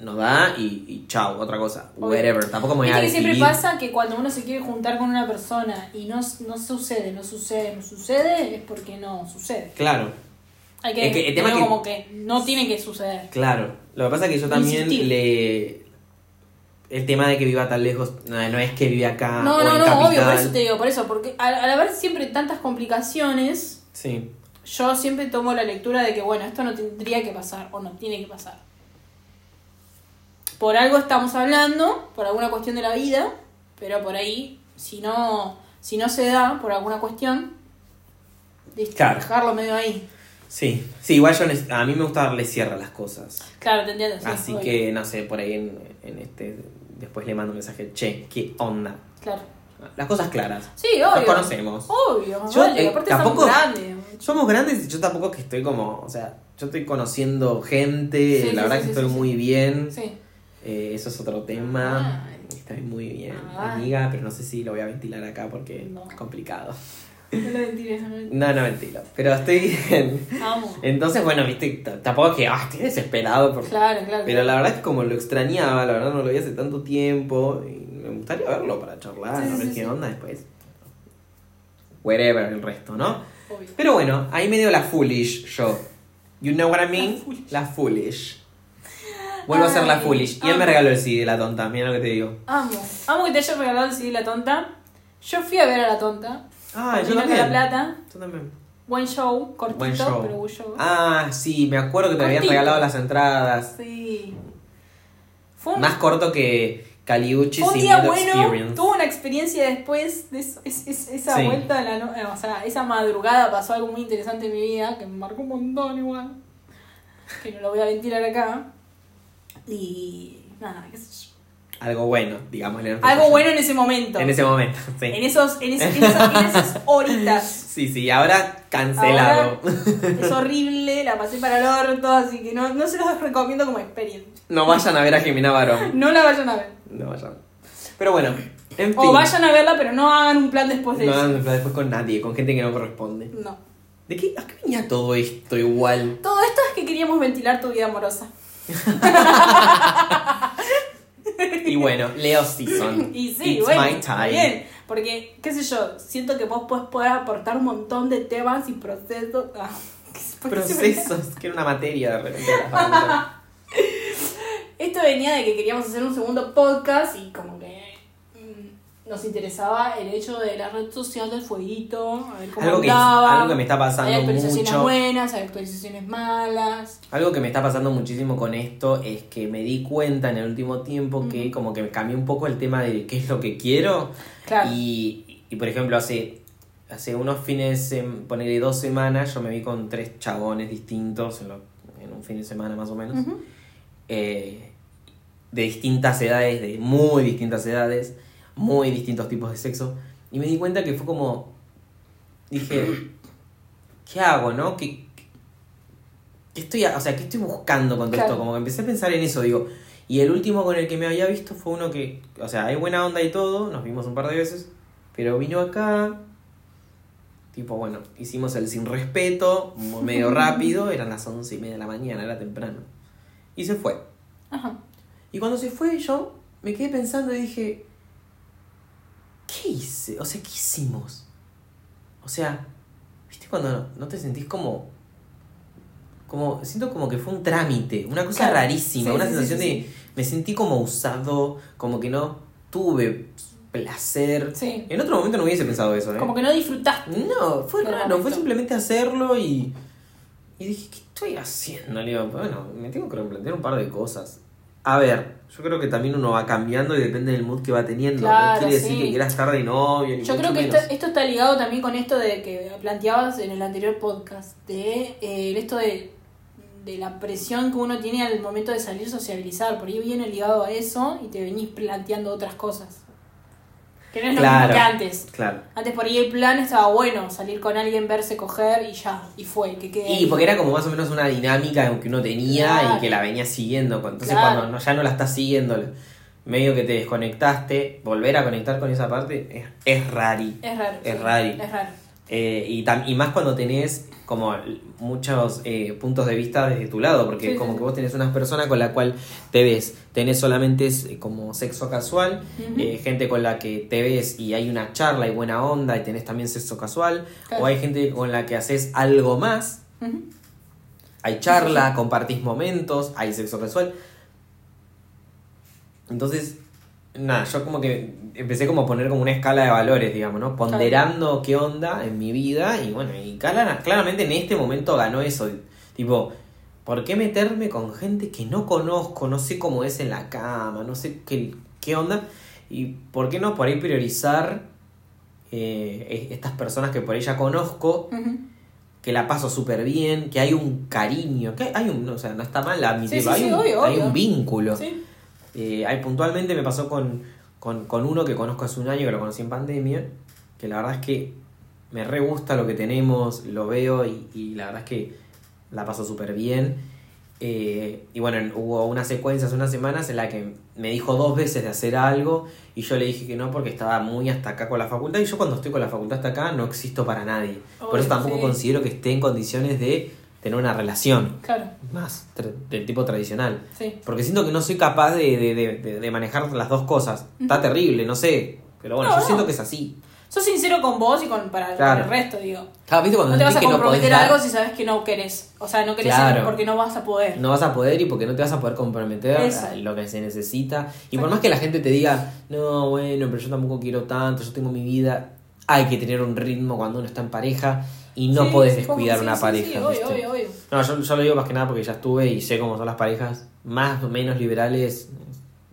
Speaker 1: no da y, y chao, otra cosa.
Speaker 2: Obvio.
Speaker 1: Whatever, tampoco me voy a
Speaker 2: Viste que siempre
Speaker 1: decidir.
Speaker 2: pasa que cuando uno se quiere juntar con una persona y no, no sucede, no sucede, no sucede, es porque no sucede.
Speaker 1: Claro,
Speaker 2: Hay que,
Speaker 1: Es que el tema
Speaker 2: creo
Speaker 1: es que-
Speaker 2: como que no tiene que suceder.
Speaker 1: claro. Lo que pasa es que yo también
Speaker 2: Insistir.
Speaker 1: le... el tema de que viva tan lejos, no, no es que vive acá.
Speaker 2: No,
Speaker 1: Ah, o
Speaker 2: no,
Speaker 1: en
Speaker 2: no,
Speaker 1: capital.
Speaker 2: obvio, por eso te digo, por eso, porque al, al haber siempre tantas complicaciones,
Speaker 1: Sí.
Speaker 2: yo siempre tomo la lectura de que, bueno, esto no tendría que pasar o no tiene que pasar. Por algo estamos hablando, por alguna cuestión de la vida, pero por ahí, si no, si no se da por alguna cuestión, listo,
Speaker 1: Claro.
Speaker 2: dejarlo medio ahí.
Speaker 1: Sí, sí, igual yo les- a mí me gusta darle cierre a las cosas.
Speaker 2: Claro, te entiendo. sí,
Speaker 1: Así
Speaker 2: obvio.
Speaker 1: que, no sé, por ahí en, en este, después le mando un mensaje, che, ¿qué onda?
Speaker 2: Claro.
Speaker 1: Las cosas claras.
Speaker 2: Sí, obvio.
Speaker 1: Nos conocemos.
Speaker 2: Obvio,
Speaker 1: Yo,
Speaker 2: vale,
Speaker 1: eh,
Speaker 2: aparte
Speaker 1: tampoco-
Speaker 2: somos grandes.
Speaker 1: Somos grandes y yo tampoco que estoy como, o sea, yo estoy conociendo gente,
Speaker 2: Sí,
Speaker 1: la
Speaker 2: sí,
Speaker 1: verdad
Speaker 2: sí,
Speaker 1: que
Speaker 2: sí,
Speaker 1: estoy
Speaker 2: sí,
Speaker 1: muy bien.
Speaker 2: Sí.
Speaker 1: Eh, eso es otro tema.
Speaker 2: Ay.
Speaker 1: Estoy muy bien,
Speaker 2: Ay.
Speaker 1: amiga, pero no sé si lo voy a ventilar acá porque
Speaker 2: No.
Speaker 1: es complicado.
Speaker 2: No lo mentires, no lo mentires.
Speaker 1: No, no ventilo, pero estoy bien.
Speaker 2: Amo.
Speaker 1: Entonces, bueno, viste, t- tampoco es que, ah, estoy desesperado. por-
Speaker 2: Claro, claro.
Speaker 1: Pero la verdad es que como lo extrañaba, la verdad no lo vi hace tanto tiempo, y me gustaría verlo para charlar,
Speaker 2: Sí, sí,
Speaker 1: a ver
Speaker 2: sí,
Speaker 1: qué
Speaker 2: sí.
Speaker 1: onda después. Wherever el resto, ¿no?
Speaker 2: Obvio.
Speaker 1: Pero bueno, ahí me dio la foolish yo. You know what I mean?
Speaker 2: La foolish.
Speaker 1: La foolish. Vuelvo a ser la
Speaker 2: Ay,
Speaker 1: foolish. Y él me
Speaker 2: amo.
Speaker 1: regaló el CD de la tonta, mira lo que te digo.
Speaker 2: Amo. Amo que te hayas regalado el CD La Tonta. Yo fui a ver a La Tonta.
Speaker 1: Ah,
Speaker 2: Vino
Speaker 1: yo
Speaker 2: acá a La
Speaker 1: también.
Speaker 2: Plata.
Speaker 1: Yo también.
Speaker 2: Buen show. Cortito,
Speaker 1: Buen show.
Speaker 2: pero buen show.
Speaker 1: Ah, sí, me acuerdo que te habían
Speaker 2: Cortito.
Speaker 1: regalado las entradas.
Speaker 2: Sí. Fue un,
Speaker 1: Más corto que Caliuchis
Speaker 2: fue un
Speaker 1: y
Speaker 2: día
Speaker 1: Mid
Speaker 2: bueno.
Speaker 1: Experience.
Speaker 2: Tuve una experiencia después de eso- es- es- esa
Speaker 1: Sí.
Speaker 2: vuelta. de la no- eh, o sea, esa madrugada pasó algo muy interesante en mi vida que me marcó un montón igual. Que no lo voy a ventilar acá. Y nada, qué sé yo.
Speaker 1: Algo bueno, digámosle. a nuestro
Speaker 2: Algo
Speaker 1: país.
Speaker 2: bueno en ese momento.
Speaker 1: En ese momento, sí.
Speaker 2: En esos, en, esos- en esos- en esas horitas.
Speaker 1: Sí, sí, ahora cancelado.
Speaker 2: Es horrible, la pasé para el orto, así que no, no se los recomiendo como experiencia.
Speaker 1: No vayan a ver a Jimena Barón.
Speaker 2: No la vayan a ver.
Speaker 1: No vayan. Pero bueno, en fin.
Speaker 2: O vayan a verla, pero no hagan un plan después de
Speaker 1: No
Speaker 2: eso.
Speaker 1: hagan plan después con nadie, con gente que no corresponde.
Speaker 2: No.
Speaker 1: ¿De qué, ¿A qué venía todo esto igual?
Speaker 2: Todo esto es que queríamos ventilar tu vida amorosa.
Speaker 1: Y bueno, Leo Season.
Speaker 2: Y sí,
Speaker 1: It's
Speaker 2: bueno,
Speaker 1: my time.
Speaker 2: bien. Porque, qué sé yo, siento que vos podés poder aportar un montón de temas y procesos. Ah, ¿qué se- por qué se me-
Speaker 1: Procesos, que era una materia de repente. de la facultad.
Speaker 2: Esto venía de que queríamos hacer un segundo podcast y como que mm, nos interesaba el hecho de la red social del fueguito, a ver cómo
Speaker 1: algo, que,
Speaker 2: andaba.
Speaker 1: algo que me está
Speaker 2: hay
Speaker 1: pasando
Speaker 2: actualizaciones
Speaker 1: mucho.
Speaker 2: buenas, hay actualizaciones malas.
Speaker 1: Algo que me está pasando muchísimo con esto es que me di cuenta en el último tiempo que como que me cambié un poco el tema de qué es lo que quiero.
Speaker 2: Claro.
Speaker 1: Y, y, por ejemplo, hace, hace unos fines, em, ponele dos semanas, yo me vi con tres chabones distintos en, lo- en un fin de semana más o menos.
Speaker 2: Ujú.
Speaker 1: eh, de distintas edades, de muy distintas edades, muy distintos tipos de sexo. Y me di cuenta que fue como. Dije, ¿qué hago, no? ¿Qué, qué estoy, a- o sea, ¿qué estoy buscando con todo
Speaker 2: Claro.
Speaker 1: esto? Como que empecé a pensar en eso, digo. Y el último con el que me había visto fue uno que. O sea, hay buena onda y todo, nos vimos un par de veces, pero vino acá. Tipo, bueno, hicimos el sin respeto, medio rápido, eran las once y media de la mañana, era temprano. Y se fue.
Speaker 2: Ajá.
Speaker 1: Y cuando se fue, yo me quedé pensando y dije, ¿qué hice? O sea, ¿qué hicimos? O sea, ¿viste cuando no, no te sentís como... Como, siento como que fue un trámite, una cosa
Speaker 2: Claro.
Speaker 1: rarísima,
Speaker 2: Sí,
Speaker 1: una
Speaker 2: sí, sí,
Speaker 1: sensación
Speaker 2: sí,
Speaker 1: de... Me sentí como usado, como que no tuve placer.
Speaker 2: Sí.
Speaker 1: En otro momento no hubiese pensado eso, ¿eh?
Speaker 2: Como que no disfrutaste.
Speaker 1: No, fue
Speaker 2: Pero
Speaker 1: raro,
Speaker 2: momento.
Speaker 1: fue simplemente hacerlo y. Y dije, ¿qué estoy haciendo? Le digo, bueno, me tengo que replantear un par de cosas. A ver, yo creo que también uno va cambiando y depende del mood que va teniendo.
Speaker 2: Claro,
Speaker 1: no quiere decir
Speaker 2: sí.
Speaker 1: que quieras estar de novio. Ni
Speaker 2: Yo
Speaker 1: mucho
Speaker 2: creo que esto,
Speaker 1: menos.
Speaker 2: esto está ligado también con esto de que planteabas en el anterior podcast, de eh, esto de, de la presión que uno tiene al momento de salir a sociabilizar. Por ahí viene ligado a eso y te venís planteando otras cosas. Que no es lo mismo
Speaker 1: Claro.
Speaker 2: que antes.
Speaker 1: Claro.
Speaker 2: Antes por ahí el plan estaba bueno, salir con alguien, verse, coger y ya, y fue, que quede.
Speaker 1: Y porque era como más o menos una dinámica que uno tenía
Speaker 2: Claro.
Speaker 1: y que la venía siguiendo. Entonces
Speaker 2: Claro.
Speaker 1: cuando no- ya no la estás siguiendo, medio que te desconectaste, volver a conectar con esa parte es, es rari.
Speaker 2: Es raro.
Speaker 1: Es
Speaker 2: sí,
Speaker 1: raro.
Speaker 2: Es raro.
Speaker 1: Eh, y, tam- y más cuando tenés como l- muchos eh, puntos de vista desde tu lado, porque
Speaker 2: Sí, sí,
Speaker 1: como
Speaker 2: sí.
Speaker 1: que vos tenés una persona con la cual te ves, tenés solamente s- como sexo casual,
Speaker 2: Ujú.
Speaker 1: eh, gente con la que te ves y hay una charla y buena onda y tenés también sexo casual,
Speaker 2: Claro.
Speaker 1: o hay gente con la que haces algo más,
Speaker 2: Ujú.
Speaker 1: hay charla, compartís momentos, hay sexo casual. Entonces, nada, yo como que empecé como a poner como una escala de valores, digamos, ¿no? Ponderando qué onda en mi vida y bueno, y clara- claramente en este momento ganó eso. Tipo, ¿por qué meterme con gente que no conozco, no sé cómo es en la cama, no sé qué, qué onda? ¿Y por qué no por ahí priorizar eh, e- estas personas que por ahí ya conozco,
Speaker 2: Ujú.
Speaker 1: que la paso súper bien, que hay un cariño, que hay un, o sea, no está mal la amistad,
Speaker 2: Sí, sí,
Speaker 1: hay,
Speaker 2: sí,
Speaker 1: un,
Speaker 2: obvio,
Speaker 1: hay
Speaker 2: obvio.
Speaker 1: un vínculo.
Speaker 2: Sí.
Speaker 1: Eh, ahí puntualmente me pasó con, con, con uno que conozco hace un año, que lo conocí en pandemia, que la verdad es que me re gusta lo que tenemos, lo veo y, y la verdad es que la paso súper bien. Eh, y bueno, hubo unas secuencias, unas semanas en la que me dijo dos veces de hacer algo y yo le dije que no porque estaba muy hasta acá con la facultad y yo cuando estoy con la facultad hasta acá no existo para nadie. Por
Speaker 2: Obvio,
Speaker 1: eso tampoco
Speaker 2: sí.
Speaker 1: considero que esté en condiciones de tener una relación
Speaker 2: Claro,
Speaker 1: más tra- del tipo tradicional.
Speaker 2: sí.
Speaker 1: Porque siento que no soy capaz de, de- de- de- de manejar las dos cosas. Está terrible, no sé. Pero bueno,
Speaker 2: No,
Speaker 1: yo
Speaker 2: no.
Speaker 1: siento que es así.
Speaker 2: Sos sincero con vos y con, para,
Speaker 1: Claro.
Speaker 2: para el resto, digo.
Speaker 1: Ah, ¿Viste cuando
Speaker 2: No te vas
Speaker 1: sentís
Speaker 2: a
Speaker 1: que no podés
Speaker 2: comprometer a
Speaker 1: dar?
Speaker 2: algo si sabes que no querés. O sea, no querés
Speaker 1: Claro.
Speaker 2: porque no vas a poder.
Speaker 1: No vas a poder y porque no te vas a poder comprometer
Speaker 2: Eso.
Speaker 1: a lo que se necesita. Y por más que la gente te diga, no, bueno, pero yo tampoco quiero tanto, yo tengo mi vida. Hay que tener un ritmo cuando uno está en pareja y no
Speaker 2: Sí,
Speaker 1: podés
Speaker 2: supongo que
Speaker 1: descuidar
Speaker 2: sí,
Speaker 1: una
Speaker 2: sí,
Speaker 1: pareja.
Speaker 2: Sí, obvio,
Speaker 1: ¿viste?
Speaker 2: obvio, obvio.
Speaker 1: No, yo, yo lo digo más que nada porque ya estuve y sé cómo son las parejas más o menos liberales.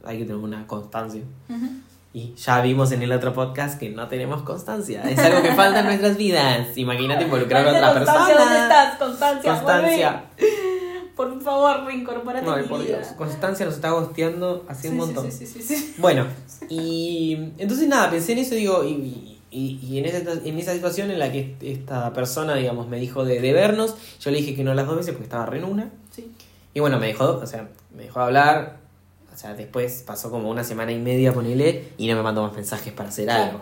Speaker 1: Hay que tener una constancia.
Speaker 2: Ujú.
Speaker 1: Y ya vimos en el otro podcast que no tenemos constancia. Es algo que falta en nuestras vidas. Imagínate involucrar a
Speaker 2: Vale,
Speaker 1: otra
Speaker 2: Constancia, ¿dónde
Speaker 1: persona.
Speaker 2: estás? Constancia,
Speaker 1: Constancia.
Speaker 2: volvé. Por favor, reincorporate
Speaker 1: No,
Speaker 2: en mi
Speaker 1: por
Speaker 2: vida.
Speaker 1: Dios. Constancia nos está gosteando hace
Speaker 2: Sí,
Speaker 1: un montón.
Speaker 2: sí, sí, sí, sí, sí.
Speaker 1: Bueno, y entonces nada, pensé en eso y digo, y, y- y en, esa, en esa situación en la que esta persona, digamos, me dijo de, de vernos, yo le dije que no las dos veces porque estaba re en una.
Speaker 2: Sí.
Speaker 1: Y bueno, me dejó, o sea, me dejó hablar. O sea, después pasó como una semana y media, ponele, y no me mandó más mensajes para hacer
Speaker 2: Claro.
Speaker 1: algo.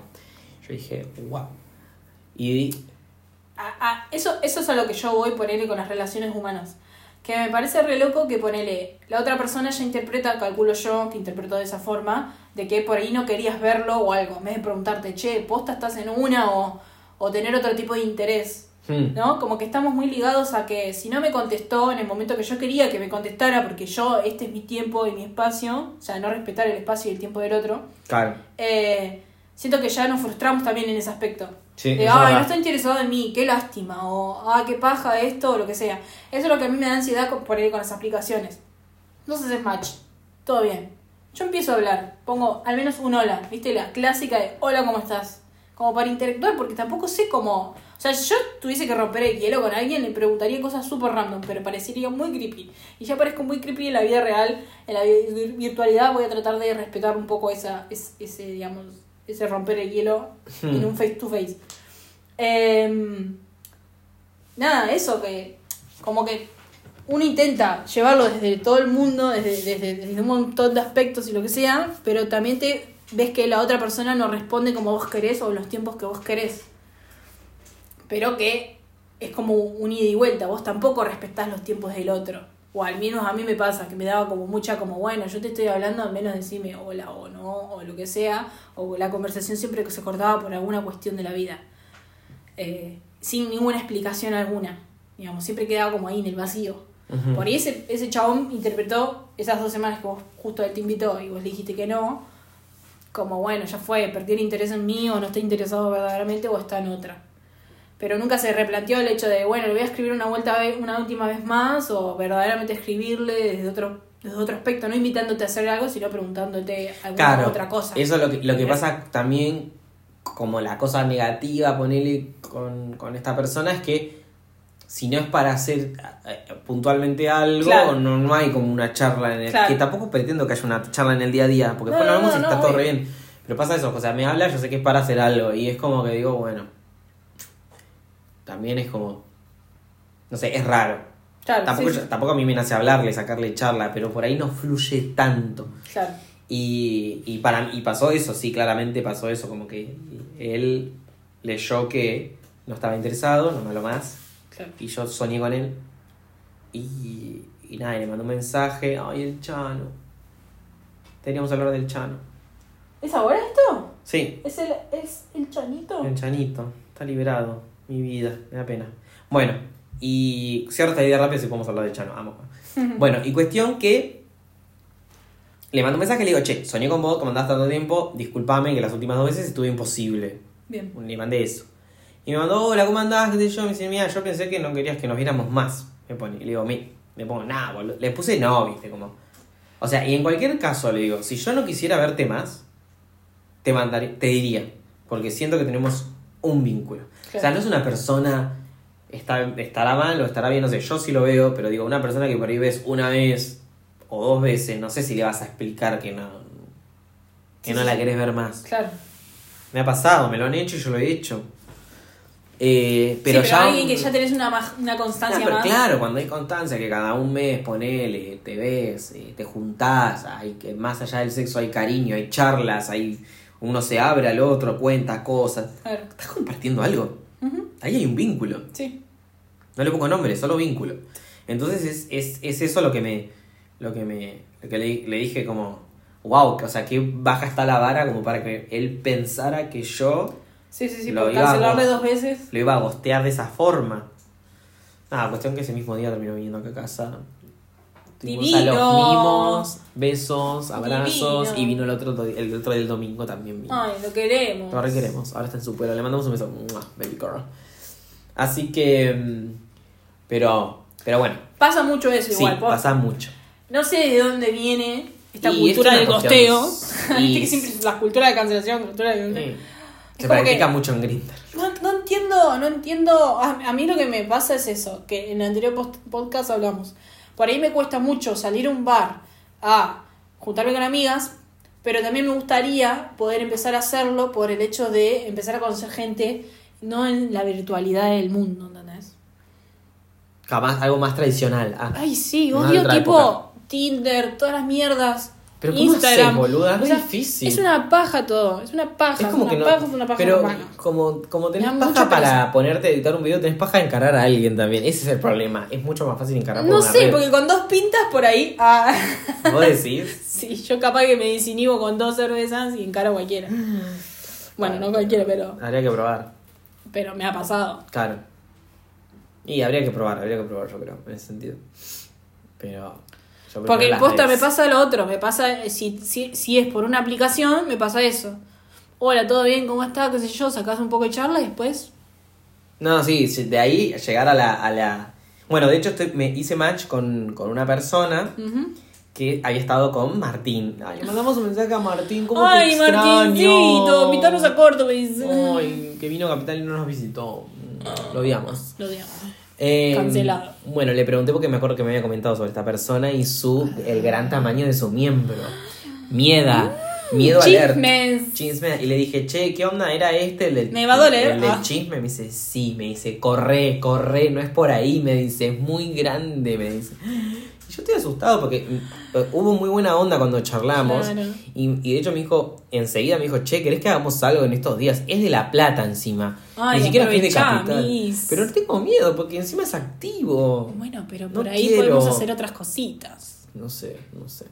Speaker 1: Yo dije, wow. Y
Speaker 2: Ah, ah, eso, eso es a lo que yo voy ponerle con las relaciones humanas. Que me parece re loco que ponele, la otra persona ya interpreta, calculo yo, que interpretó de esa forma, de que por ahí no querías verlo o algo, en vez de preguntarte, che, posta estás en una o, o tener otro tipo de interés.
Speaker 1: hmm,
Speaker 2: ¿no? Como que estamos muy ligados a que si no me contestó en el momento que yo quería que me contestara, porque yo, este es mi tiempo y mi espacio, o sea, no respetar el espacio y el tiempo del otro,
Speaker 1: claro.
Speaker 2: eh, siento que ya nos frustramos también en ese aspecto.
Speaker 1: Sí,
Speaker 2: de,
Speaker 1: eso es
Speaker 2: ay,
Speaker 1: verdad.
Speaker 2: no está interesado en mí, qué lástima, o, ah, qué paja esto, o lo que sea. Eso es lo que a mí me da ansiedad con- por ahí con las aplicaciones. Entonces es match, todo bien. Yo empiezo a hablar, pongo al menos un hola, ¿viste? La clásica de hola, ¿cómo estás? Como para interactuar, porque tampoco sé cómo. O sea, si yo tuviese que romper el hielo con alguien, le preguntaría cosas súper random, pero parecería muy creepy. Y ya parezco muy creepy en la vida real, en la vi- virtualidad voy a tratar de respetar un poco esa, es- ese, digamos, ese romper el hielo
Speaker 1: Hmm.
Speaker 2: en un face to face. Em, nada, eso que como que uno intenta llevarlo desde todo el mundo, desde, desde, desde un montón de aspectos y lo que sea, pero también te ves que la otra persona no responde como vos querés o en los tiempos que vos querés. Pero que es como un ida y vuelta, vos tampoco respetás los tiempos del otro. O al menos a mí me pasa, que me daba como mucha como, bueno, yo te estoy hablando, al menos decime hola o no, o lo que sea, o la conversación siempre que se cortaba por alguna cuestión de la vida eh, sin ninguna explicación alguna. Digamos, siempre quedaba como ahí en el vacío.
Speaker 1: Ujú.
Speaker 2: Por ahí ese, ese chabón interpretó esas dos semanas que vos justo él te invitó y vos le dijiste que no, como bueno, ya fue, perdió el interés en mí o no está interesado verdaderamente o está en otra. Pero nunca se replanteó el hecho de, bueno, le voy a escribir una vuelta ve- una última vez más o verdaderamente escribirle desde otro desde otro aspecto, no invitándote a hacer algo, sino preguntándote alguna
Speaker 1: Claro,
Speaker 2: otra cosa.
Speaker 1: Eso es lo que, lo que pasa también, como la cosa negativa, ponele con, con esta persona, es que si no es para hacer eh, puntualmente algo,
Speaker 2: Claro.
Speaker 1: no, no hay como una charla en el
Speaker 2: Claro.
Speaker 1: Que tampoco pretendo que haya una charla en el día a día, porque
Speaker 2: No,
Speaker 1: después lo
Speaker 2: no,
Speaker 1: vemos y
Speaker 2: no,
Speaker 1: está
Speaker 2: no,
Speaker 1: todo re
Speaker 2: obvio.
Speaker 1: bien. Pero pasa eso, o sea, me habla, yo sé que es para hacer algo, y es como que digo, bueno, también es como, no sé, es raro.
Speaker 2: Claro,
Speaker 1: Tampoco,
Speaker 2: sí,
Speaker 1: yo- tampoco a mí me nace hablarle, sacarle charla, pero por ahí no fluye tanto.
Speaker 2: sí, claro.
Speaker 1: Y, y, para, y pasó eso, sí, claramente pasó eso, como que él leyó que no estaba interesado, no me lo más,
Speaker 2: claro.
Speaker 1: y yo soñé con él, y, y nada, y le mandó un mensaje, ay, el Chano, teníamos que hablar del Chano,
Speaker 2: ¿Es ahora esto?
Speaker 1: sí,
Speaker 2: ¿Es el, es el chanito?
Speaker 1: el Chanito, está liberado, mi vida, me da pena. Bueno, y cierro esta idea rápido si podemos hablar del Chano, amo. Bueno, y cuestión que Le mando un mensaje y le digo, che, soñé con vos, que mandás tanto tiempo, discúlpame que las últimas dos veces estuve imposible.
Speaker 2: Bien.
Speaker 1: Le mandé eso. Y me mandó, hola, ¿cómo andás? ¿Qué sé yo? Me dice, mira, yo pensé que no querías que nos viéramos más. Me pone, y le digo, mi, me pongo, nada, boludo. Le puse no, viste, como. O sea, y en cualquier caso le digo, si yo no quisiera verte más, te mandaría, te diría. Porque siento que tenemos un vínculo. O sea,
Speaker 2: Claro.
Speaker 1: no es una persona. Está, estará mal o estará bien, no sé, yo sí lo veo, pero digo, una persona que por ahí ves una vez o dos veces, no sé si le vas a explicar que no. que
Speaker 2: Sí,
Speaker 1: no
Speaker 2: sí,
Speaker 1: la
Speaker 2: sí.
Speaker 1: querés ver más.
Speaker 2: Claro.
Speaker 1: Me ha pasado, me lo han hecho y yo lo he hecho. Eh,
Speaker 2: Pero,
Speaker 1: pero
Speaker 2: sí, pero
Speaker 1: ya.
Speaker 2: alguien que ya tenés una, maj- una
Speaker 1: Ah,
Speaker 2: constancia
Speaker 1: pero
Speaker 2: más.
Speaker 1: claro, cuando hay constancia, que cada un mes ponele, te ves, eh, te juntás, hay que más allá del sexo hay cariño, hay charlas, hay uno se abre al otro, cuenta cosas.
Speaker 2: Claro.
Speaker 1: Estás compartiendo algo.
Speaker 2: Ujú,
Speaker 1: Ahí hay un vínculo.
Speaker 2: Sí.
Speaker 1: No le pongo nombre, solo vínculo. Entonces es, es, es eso lo que me. lo que me. lo que le, le dije como. Wow, o sea, que baja está la vara como para que él pensara que yo
Speaker 2: Sí, sí, sí.
Speaker 1: Lo
Speaker 2: Por
Speaker 1: digamos.
Speaker 2: cancelarle dos veces.
Speaker 1: lo iba a gostear de esa forma. Nada, cuestión que ese mismo día terminó viniendo acá a casa. Tuvimos a los
Speaker 2: Divino.
Speaker 1: mimos, besos, abrazos.
Speaker 2: Divino.
Speaker 1: Y vino el otro, do- el otro del domingo también vino.
Speaker 2: Ay, lo queremos.
Speaker 1: Ahora queremos, ahora está en su pueblo. Le mandamos un beso. ¡Mua! Baby girl. Así que. mm, Pero. Pero bueno.
Speaker 2: Pasa mucho eso
Speaker 1: Sí,
Speaker 2: igual. posta.
Speaker 1: pasa mucho.
Speaker 2: No sé de dónde viene esta
Speaker 1: Y
Speaker 2: cultura
Speaker 1: es
Speaker 2: del
Speaker 1: una cuestión-
Speaker 2: costeo.
Speaker 1: y-
Speaker 2: Viste que siempre la cultura de cancelación, cultura de...
Speaker 1: Sí. Se
Speaker 2: como
Speaker 1: practica
Speaker 2: que-
Speaker 1: mucho en Grindr.
Speaker 2: No, no entiendo, no entiendo. A, a mí lo que me pasa es eso, que en el anterior post- podcast hablamos. Por ahí me cuesta mucho salir a un bar a juntarme con amigas, pero también me gustaría poder empezar a hacerlo por el hecho de empezar a conocer gente, no en la virtualidad del mundo, ¿entendés?
Speaker 1: Jamás, algo más tradicional. Ah.
Speaker 2: Ay, sí,
Speaker 1: Más
Speaker 2: odio
Speaker 1: otra
Speaker 2: tipo
Speaker 1: época.
Speaker 2: Tinder, todas las mierdas.
Speaker 1: Pero ¿cómo
Speaker 2: Instagram.
Speaker 1: hacés, boluda? Es
Speaker 2: O
Speaker 1: muy
Speaker 2: sea,
Speaker 1: difícil.
Speaker 2: Es una paja todo. Es una paja.
Speaker 1: Es como
Speaker 2: una
Speaker 1: que no.
Speaker 2: paja, es una paja.
Speaker 1: pero
Speaker 2: hermano.
Speaker 1: como, como tenés
Speaker 2: Me da
Speaker 1: paja
Speaker 2: mucha
Speaker 1: para
Speaker 2: pereza.
Speaker 1: ponerte a editar un video, tenés paja de encarar a alguien también. Ese es el problema. Es mucho más fácil encarar por
Speaker 2: No
Speaker 1: una
Speaker 2: sé,
Speaker 1: red.
Speaker 2: porque con dos pintas por ahí. ah,
Speaker 1: Vos decís.
Speaker 2: sí, yo capaz que me desinhibo con dos cervezas y encaro a cualquiera. Mm. Bueno, no cualquiera, pero,
Speaker 1: Habría que probar.
Speaker 2: pero me ha pasado.
Speaker 1: Claro. Y habría que probar, habría que probar, yo creo, en ese sentido. Pero. yo
Speaker 2: Porque
Speaker 1: prefiero
Speaker 2: el
Speaker 1: las
Speaker 2: posta me
Speaker 1: redes.
Speaker 2: pasa lo otro. Me pasa, eh, si, si, si es por una aplicación, me pasa eso. Hola, ¿todo bien? ¿Cómo está? ¿Qué sé yo? Sacás un poco de charla y después.
Speaker 1: No, sí, sí, de ahí llegar a la. A la... Bueno, de hecho, estoy- me hice match con, con una persona
Speaker 2: Ujú.
Speaker 1: que había estado con Martín. Ay, le mandamos un mensaje a Martín, ¿cómo te
Speaker 2: Ay,
Speaker 1: extraño?
Speaker 2: Martincito, invitarnos a corto, me dice.
Speaker 1: Ay, que vino a Capital y no nos visitó. Lo odiamos.
Speaker 2: Lo odiamos.
Speaker 1: Eh,
Speaker 2: Ah. Cancelado.
Speaker 1: Bueno, le pregunté porque me acuerdo que me había comentado sobre esta persona y su el gran tamaño de su miembro. Mieda. Miedo alerta.
Speaker 2: Chismes.
Speaker 1: Chisme. Y le dije, che, ¿qué onda? ¿Era este el del,
Speaker 2: Me va a doler.
Speaker 1: el del
Speaker 2: Ah.
Speaker 1: chisme? Me dice, sí. Me dice, corre, corre, no es por ahí. Me dice, es muy grande. Me dice. Y yo estoy asustado porque mm, eh, hubo muy buena onda cuando charlamos.
Speaker 2: Claro.
Speaker 1: Y, y de hecho me dijo, enseguida me dijo, che, ¿querés que hagamos algo en estos días? Es de La Plata encima.
Speaker 2: Ay,
Speaker 1: Ni siquiera es de
Speaker 2: aprovechá,
Speaker 1: capital.
Speaker 2: mis.
Speaker 1: Pero tengo miedo porque encima es activo.
Speaker 2: Bueno, pero
Speaker 1: No
Speaker 2: por ahí
Speaker 1: quiero.
Speaker 2: podemos hacer otras cositas.
Speaker 1: No sé, no sé.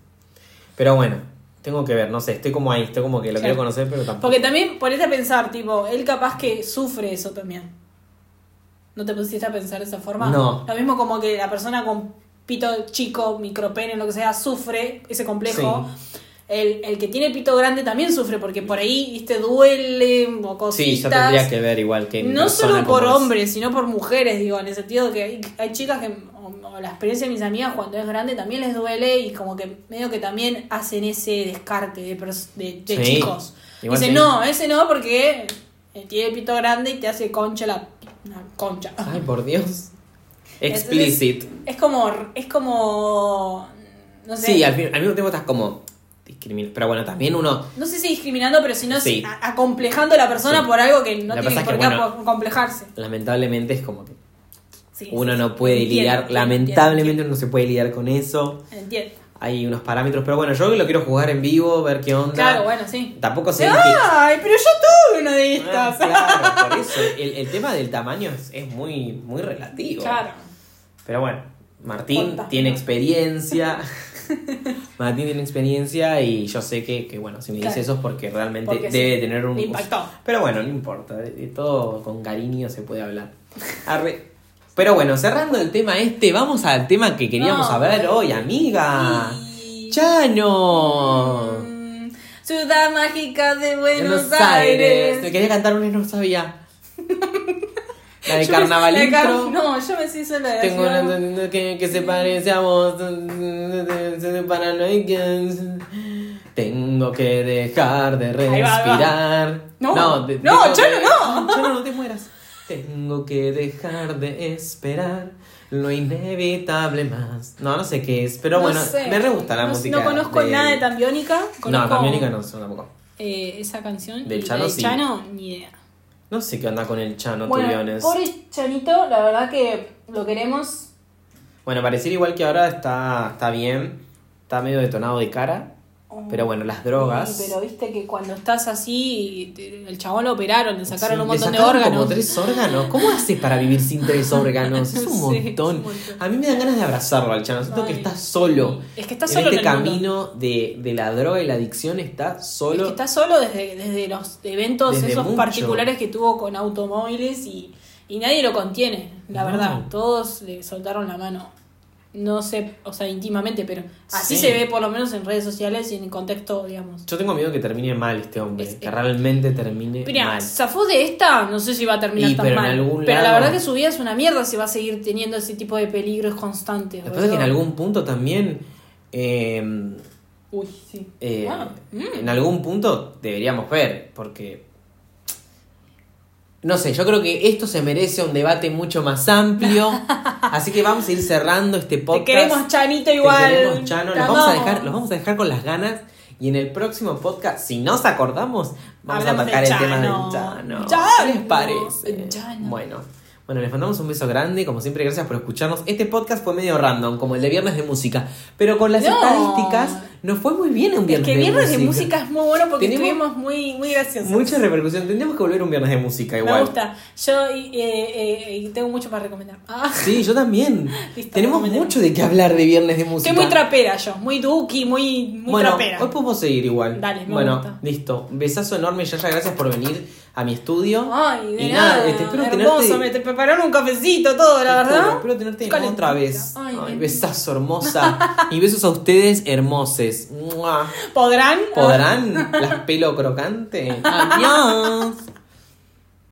Speaker 1: Pero bueno, tengo que ver, no sé, estoy como ahí, estoy como que lo
Speaker 2: Claro.
Speaker 1: quiero conocer, pero tampoco.
Speaker 2: Porque también ponete a pensar, tipo, él capaz que sufre eso también. ¿No te pusiste a pensar de esa forma?
Speaker 1: No.
Speaker 2: Lo mismo como que la persona con pito chico, micropene, lo que sea, sufre ese complejo. El, el que tiene pito grande también sufre porque por ahí, viste, duele o
Speaker 1: Sí,
Speaker 2: cositas.
Speaker 1: yo tendría que ver igual que. en
Speaker 2: No
Speaker 1: persona
Speaker 2: solo
Speaker 1: cómo
Speaker 2: por
Speaker 1: es.
Speaker 2: hombres, sino por mujeres, digo, en el sentido que hay, hay chicas que, o, o la experiencia de mis amigas cuando es grande también les duele y como que medio que también hacen ese descarte de, pers- de, de
Speaker 1: Sí.
Speaker 2: chicos.
Speaker 1: Igual
Speaker 2: Dicen,
Speaker 1: sí.
Speaker 2: no, ese no porque eh, tiene pito grande y te hace concha la, la concha.
Speaker 1: Ay, por Dios. Explicit.
Speaker 2: Es como, es como, no sé,
Speaker 1: Sí, al, fin- al mismo tiempo estás como. discriminando. Pero bueno, también uno.
Speaker 2: no sé si discriminando, pero sino
Speaker 1: Sí.
Speaker 2: a- acomplejando a la persona
Speaker 1: Sí.
Speaker 2: por algo que no
Speaker 1: Lo que
Speaker 2: tiene
Speaker 1: pasa
Speaker 2: por
Speaker 1: es
Speaker 2: qué
Speaker 1: que, bueno,
Speaker 2: apo- acomplejarse.
Speaker 1: Lamentablemente es como que
Speaker 2: Sí,
Speaker 1: uno
Speaker 2: sí,
Speaker 1: no puede
Speaker 2: entiendo,
Speaker 1: lidiar.
Speaker 2: entiendo,
Speaker 1: lamentablemente uno no se puede lidiar con eso.
Speaker 2: entiendo, entiendo.
Speaker 1: Hay unos parámetros, pero bueno, yo lo quiero jugar en vivo, ver qué onda.
Speaker 2: Claro, bueno, ¡Ah! sí.
Speaker 1: Tampoco sé que-
Speaker 2: Ay, pero yo tuve una de
Speaker 1: Ah,
Speaker 2: estas.
Speaker 1: claro, por eso. El, el tema del tamaño es, es muy, muy relativo.
Speaker 2: Claro.
Speaker 1: Pero bueno, Martín
Speaker 2: Cuenta.
Speaker 1: tiene experiencia. Martín tiene experiencia y yo sé que, que, bueno, si me dice
Speaker 2: Claro.
Speaker 1: eso es porque realmente
Speaker 2: Porque sí,
Speaker 1: debe tener un.
Speaker 2: le impactó.
Speaker 1: Pero bueno, no importa. De, de todo con cariño se puede hablar. Arre. Pero bueno, cerrando el tema este, vamos al tema que queríamos
Speaker 2: No.
Speaker 1: hablar hoy, amiga.
Speaker 2: Y- París.
Speaker 1: ¡Chano!
Speaker 2: Mm, Ciudad mágica de Buenos,
Speaker 1: Buenos
Speaker 2: Aires.
Speaker 1: Aires. Me quería cantar una y no sabía. La de
Speaker 2: Yo me-
Speaker 1: carnavalito.
Speaker 2: la car- No, yo me sé solo la
Speaker 1: Tengo
Speaker 2: ciudad-
Speaker 1: una que, que se parece a vos. se separa, no hay quien- Tengo que dejar de
Speaker 2: Ahí va, ahí va.
Speaker 1: respirar.
Speaker 2: No,
Speaker 1: de-
Speaker 2: no,
Speaker 1: tengo
Speaker 2: Chano,
Speaker 1: que-
Speaker 2: no.
Speaker 1: Chano, no te mueras. Tengo que dejar de esperar lo inevitable más. No, no sé qué es, pero
Speaker 2: no
Speaker 1: bueno,
Speaker 2: sé.
Speaker 1: me re gusta la
Speaker 2: No-
Speaker 1: música.
Speaker 2: No conozco
Speaker 1: de-
Speaker 2: nada de Tambiónica.
Speaker 1: No,
Speaker 2: Conozco,
Speaker 1: también no, yo tampoco.
Speaker 2: eh, esa canción.
Speaker 1: Del
Speaker 2: y la
Speaker 1: Chano, sí.
Speaker 2: Chano, ni idea.
Speaker 1: No sé qué onda con el Chano,
Speaker 2: Bueno,
Speaker 1: Tubiones.
Speaker 2: pobre Chanito, la verdad que lo queremos.
Speaker 1: Bueno, pareciera igual que ahora está, está bien. Está medio detonado de cara. Pero bueno, las drogas.
Speaker 2: Sí, pero viste que cuando estás así, te- el chabón lo operaron, le sacaron
Speaker 1: Sí, le
Speaker 2: un montón de
Speaker 1: sacaron
Speaker 2: órganos.
Speaker 1: Como tres órganos. ¿Cómo hace para vivir sin tres órganos? Es un
Speaker 2: Sí,
Speaker 1: montón.
Speaker 2: es un montón.
Speaker 1: A mí me dan ganas de abrazarlo al chano. Siento que
Speaker 2: Ay,
Speaker 1: está solo.
Speaker 2: sí. Es que está
Speaker 1: en
Speaker 2: solo
Speaker 1: este
Speaker 2: en el mundo.
Speaker 1: camino de, de la droga y la adicción está
Speaker 2: Es
Speaker 1: solo.
Speaker 2: que está solo desde, desde los eventos
Speaker 1: Desde
Speaker 2: esos
Speaker 1: mucho.
Speaker 2: particulares que tuvo con automóviles y, y nadie lo contiene, la
Speaker 1: No.
Speaker 2: verdad. Todos le soltaron la mano. No sé, o sea, íntimamente, pero así
Speaker 1: Sí.
Speaker 2: se ve por lo menos en redes sociales y en el contexto, digamos.
Speaker 1: Yo tengo miedo que termine mal este hombre.
Speaker 2: Es-
Speaker 1: que realmente termine
Speaker 2: Mira,
Speaker 1: Eh, mal.
Speaker 2: zafó de esta, no sé si va a terminar
Speaker 1: Y,
Speaker 2: tan
Speaker 1: pero en
Speaker 2: mal.
Speaker 1: algún
Speaker 2: pero la
Speaker 1: lado-
Speaker 2: verdad que su vida es una mierda si va a seguir teniendo ese tipo de peligros constantes.
Speaker 1: Después de que en
Speaker 2: boludo.
Speaker 1: algún punto también. eh,
Speaker 2: Uy, sí.
Speaker 1: eh,
Speaker 2: Ah, mm.
Speaker 1: En algún punto deberíamos ver, porque. No sé, yo creo que esto se merece un debate mucho más amplio. así que vamos a ir cerrando este
Speaker 2: Te
Speaker 1: podcast.
Speaker 2: queremos Chanito
Speaker 1: Te
Speaker 2: igual.
Speaker 1: queremos, Chano.
Speaker 2: Te
Speaker 1: Los vamos, a
Speaker 2: amamos.
Speaker 1: dejar, los vamos a dejar con las ganas. Y en el próximo podcast, si nos acordamos, vamos
Speaker 2: Hablamos
Speaker 1: a atacar
Speaker 2: del
Speaker 1: el tema del
Speaker 2: Chano.
Speaker 1: Chano.
Speaker 2: Chano.
Speaker 1: ¿Qué les parece?
Speaker 2: Chano.
Speaker 1: Bueno. Bueno, les mandamos un beso grande. Como siempre, gracias por escucharnos. Este podcast fue medio random, como el de Viernes de Música. Pero con las
Speaker 2: No.
Speaker 1: estadísticas, nos fue muy bien un
Speaker 2: Es
Speaker 1: Viernes
Speaker 2: que viernes de música es muy bueno porque
Speaker 1: Tenemos
Speaker 2: estuvimos muy, muy graciosos.
Speaker 1: Mucha repercusión. Tendríamos que volver un Viernes de Música igual.
Speaker 2: Me gusta. Yo eh, eh, eh, tengo mucho para recomendar. Ah,
Speaker 1: Sí, yo también.
Speaker 2: Listo,
Speaker 1: Tenemos
Speaker 2: comentemos.
Speaker 1: mucho de qué hablar de Viernes de Música.
Speaker 2: Soy muy trapera yo, muy duki, muy, muy
Speaker 1: bueno,
Speaker 2: trapera.
Speaker 1: hoy podemos seguir igual.
Speaker 2: Dale, me
Speaker 1: Bueno,
Speaker 2: gusta.
Speaker 1: listo. Besazo enorme, Yaya. Gracias por venir a mi estudio.
Speaker 2: Ay, de
Speaker 1: y
Speaker 2: nada,
Speaker 1: nada, este, espero
Speaker 2: hermoso,
Speaker 1: tenerte.
Speaker 2: me te prepararon un cafecito todo, la
Speaker 1: Te juro,
Speaker 2: verdad.
Speaker 1: Espero tenerte de
Speaker 2: Con
Speaker 1: nuevo otra
Speaker 2: el-
Speaker 1: vez.
Speaker 2: Ay,
Speaker 1: Ay,
Speaker 2: ven.
Speaker 1: besazo hermosa. y besos a ustedes hermoses. Mua.
Speaker 2: ¿Podrán?
Speaker 1: ¿Podrán? Las pelo crocante. Adiós.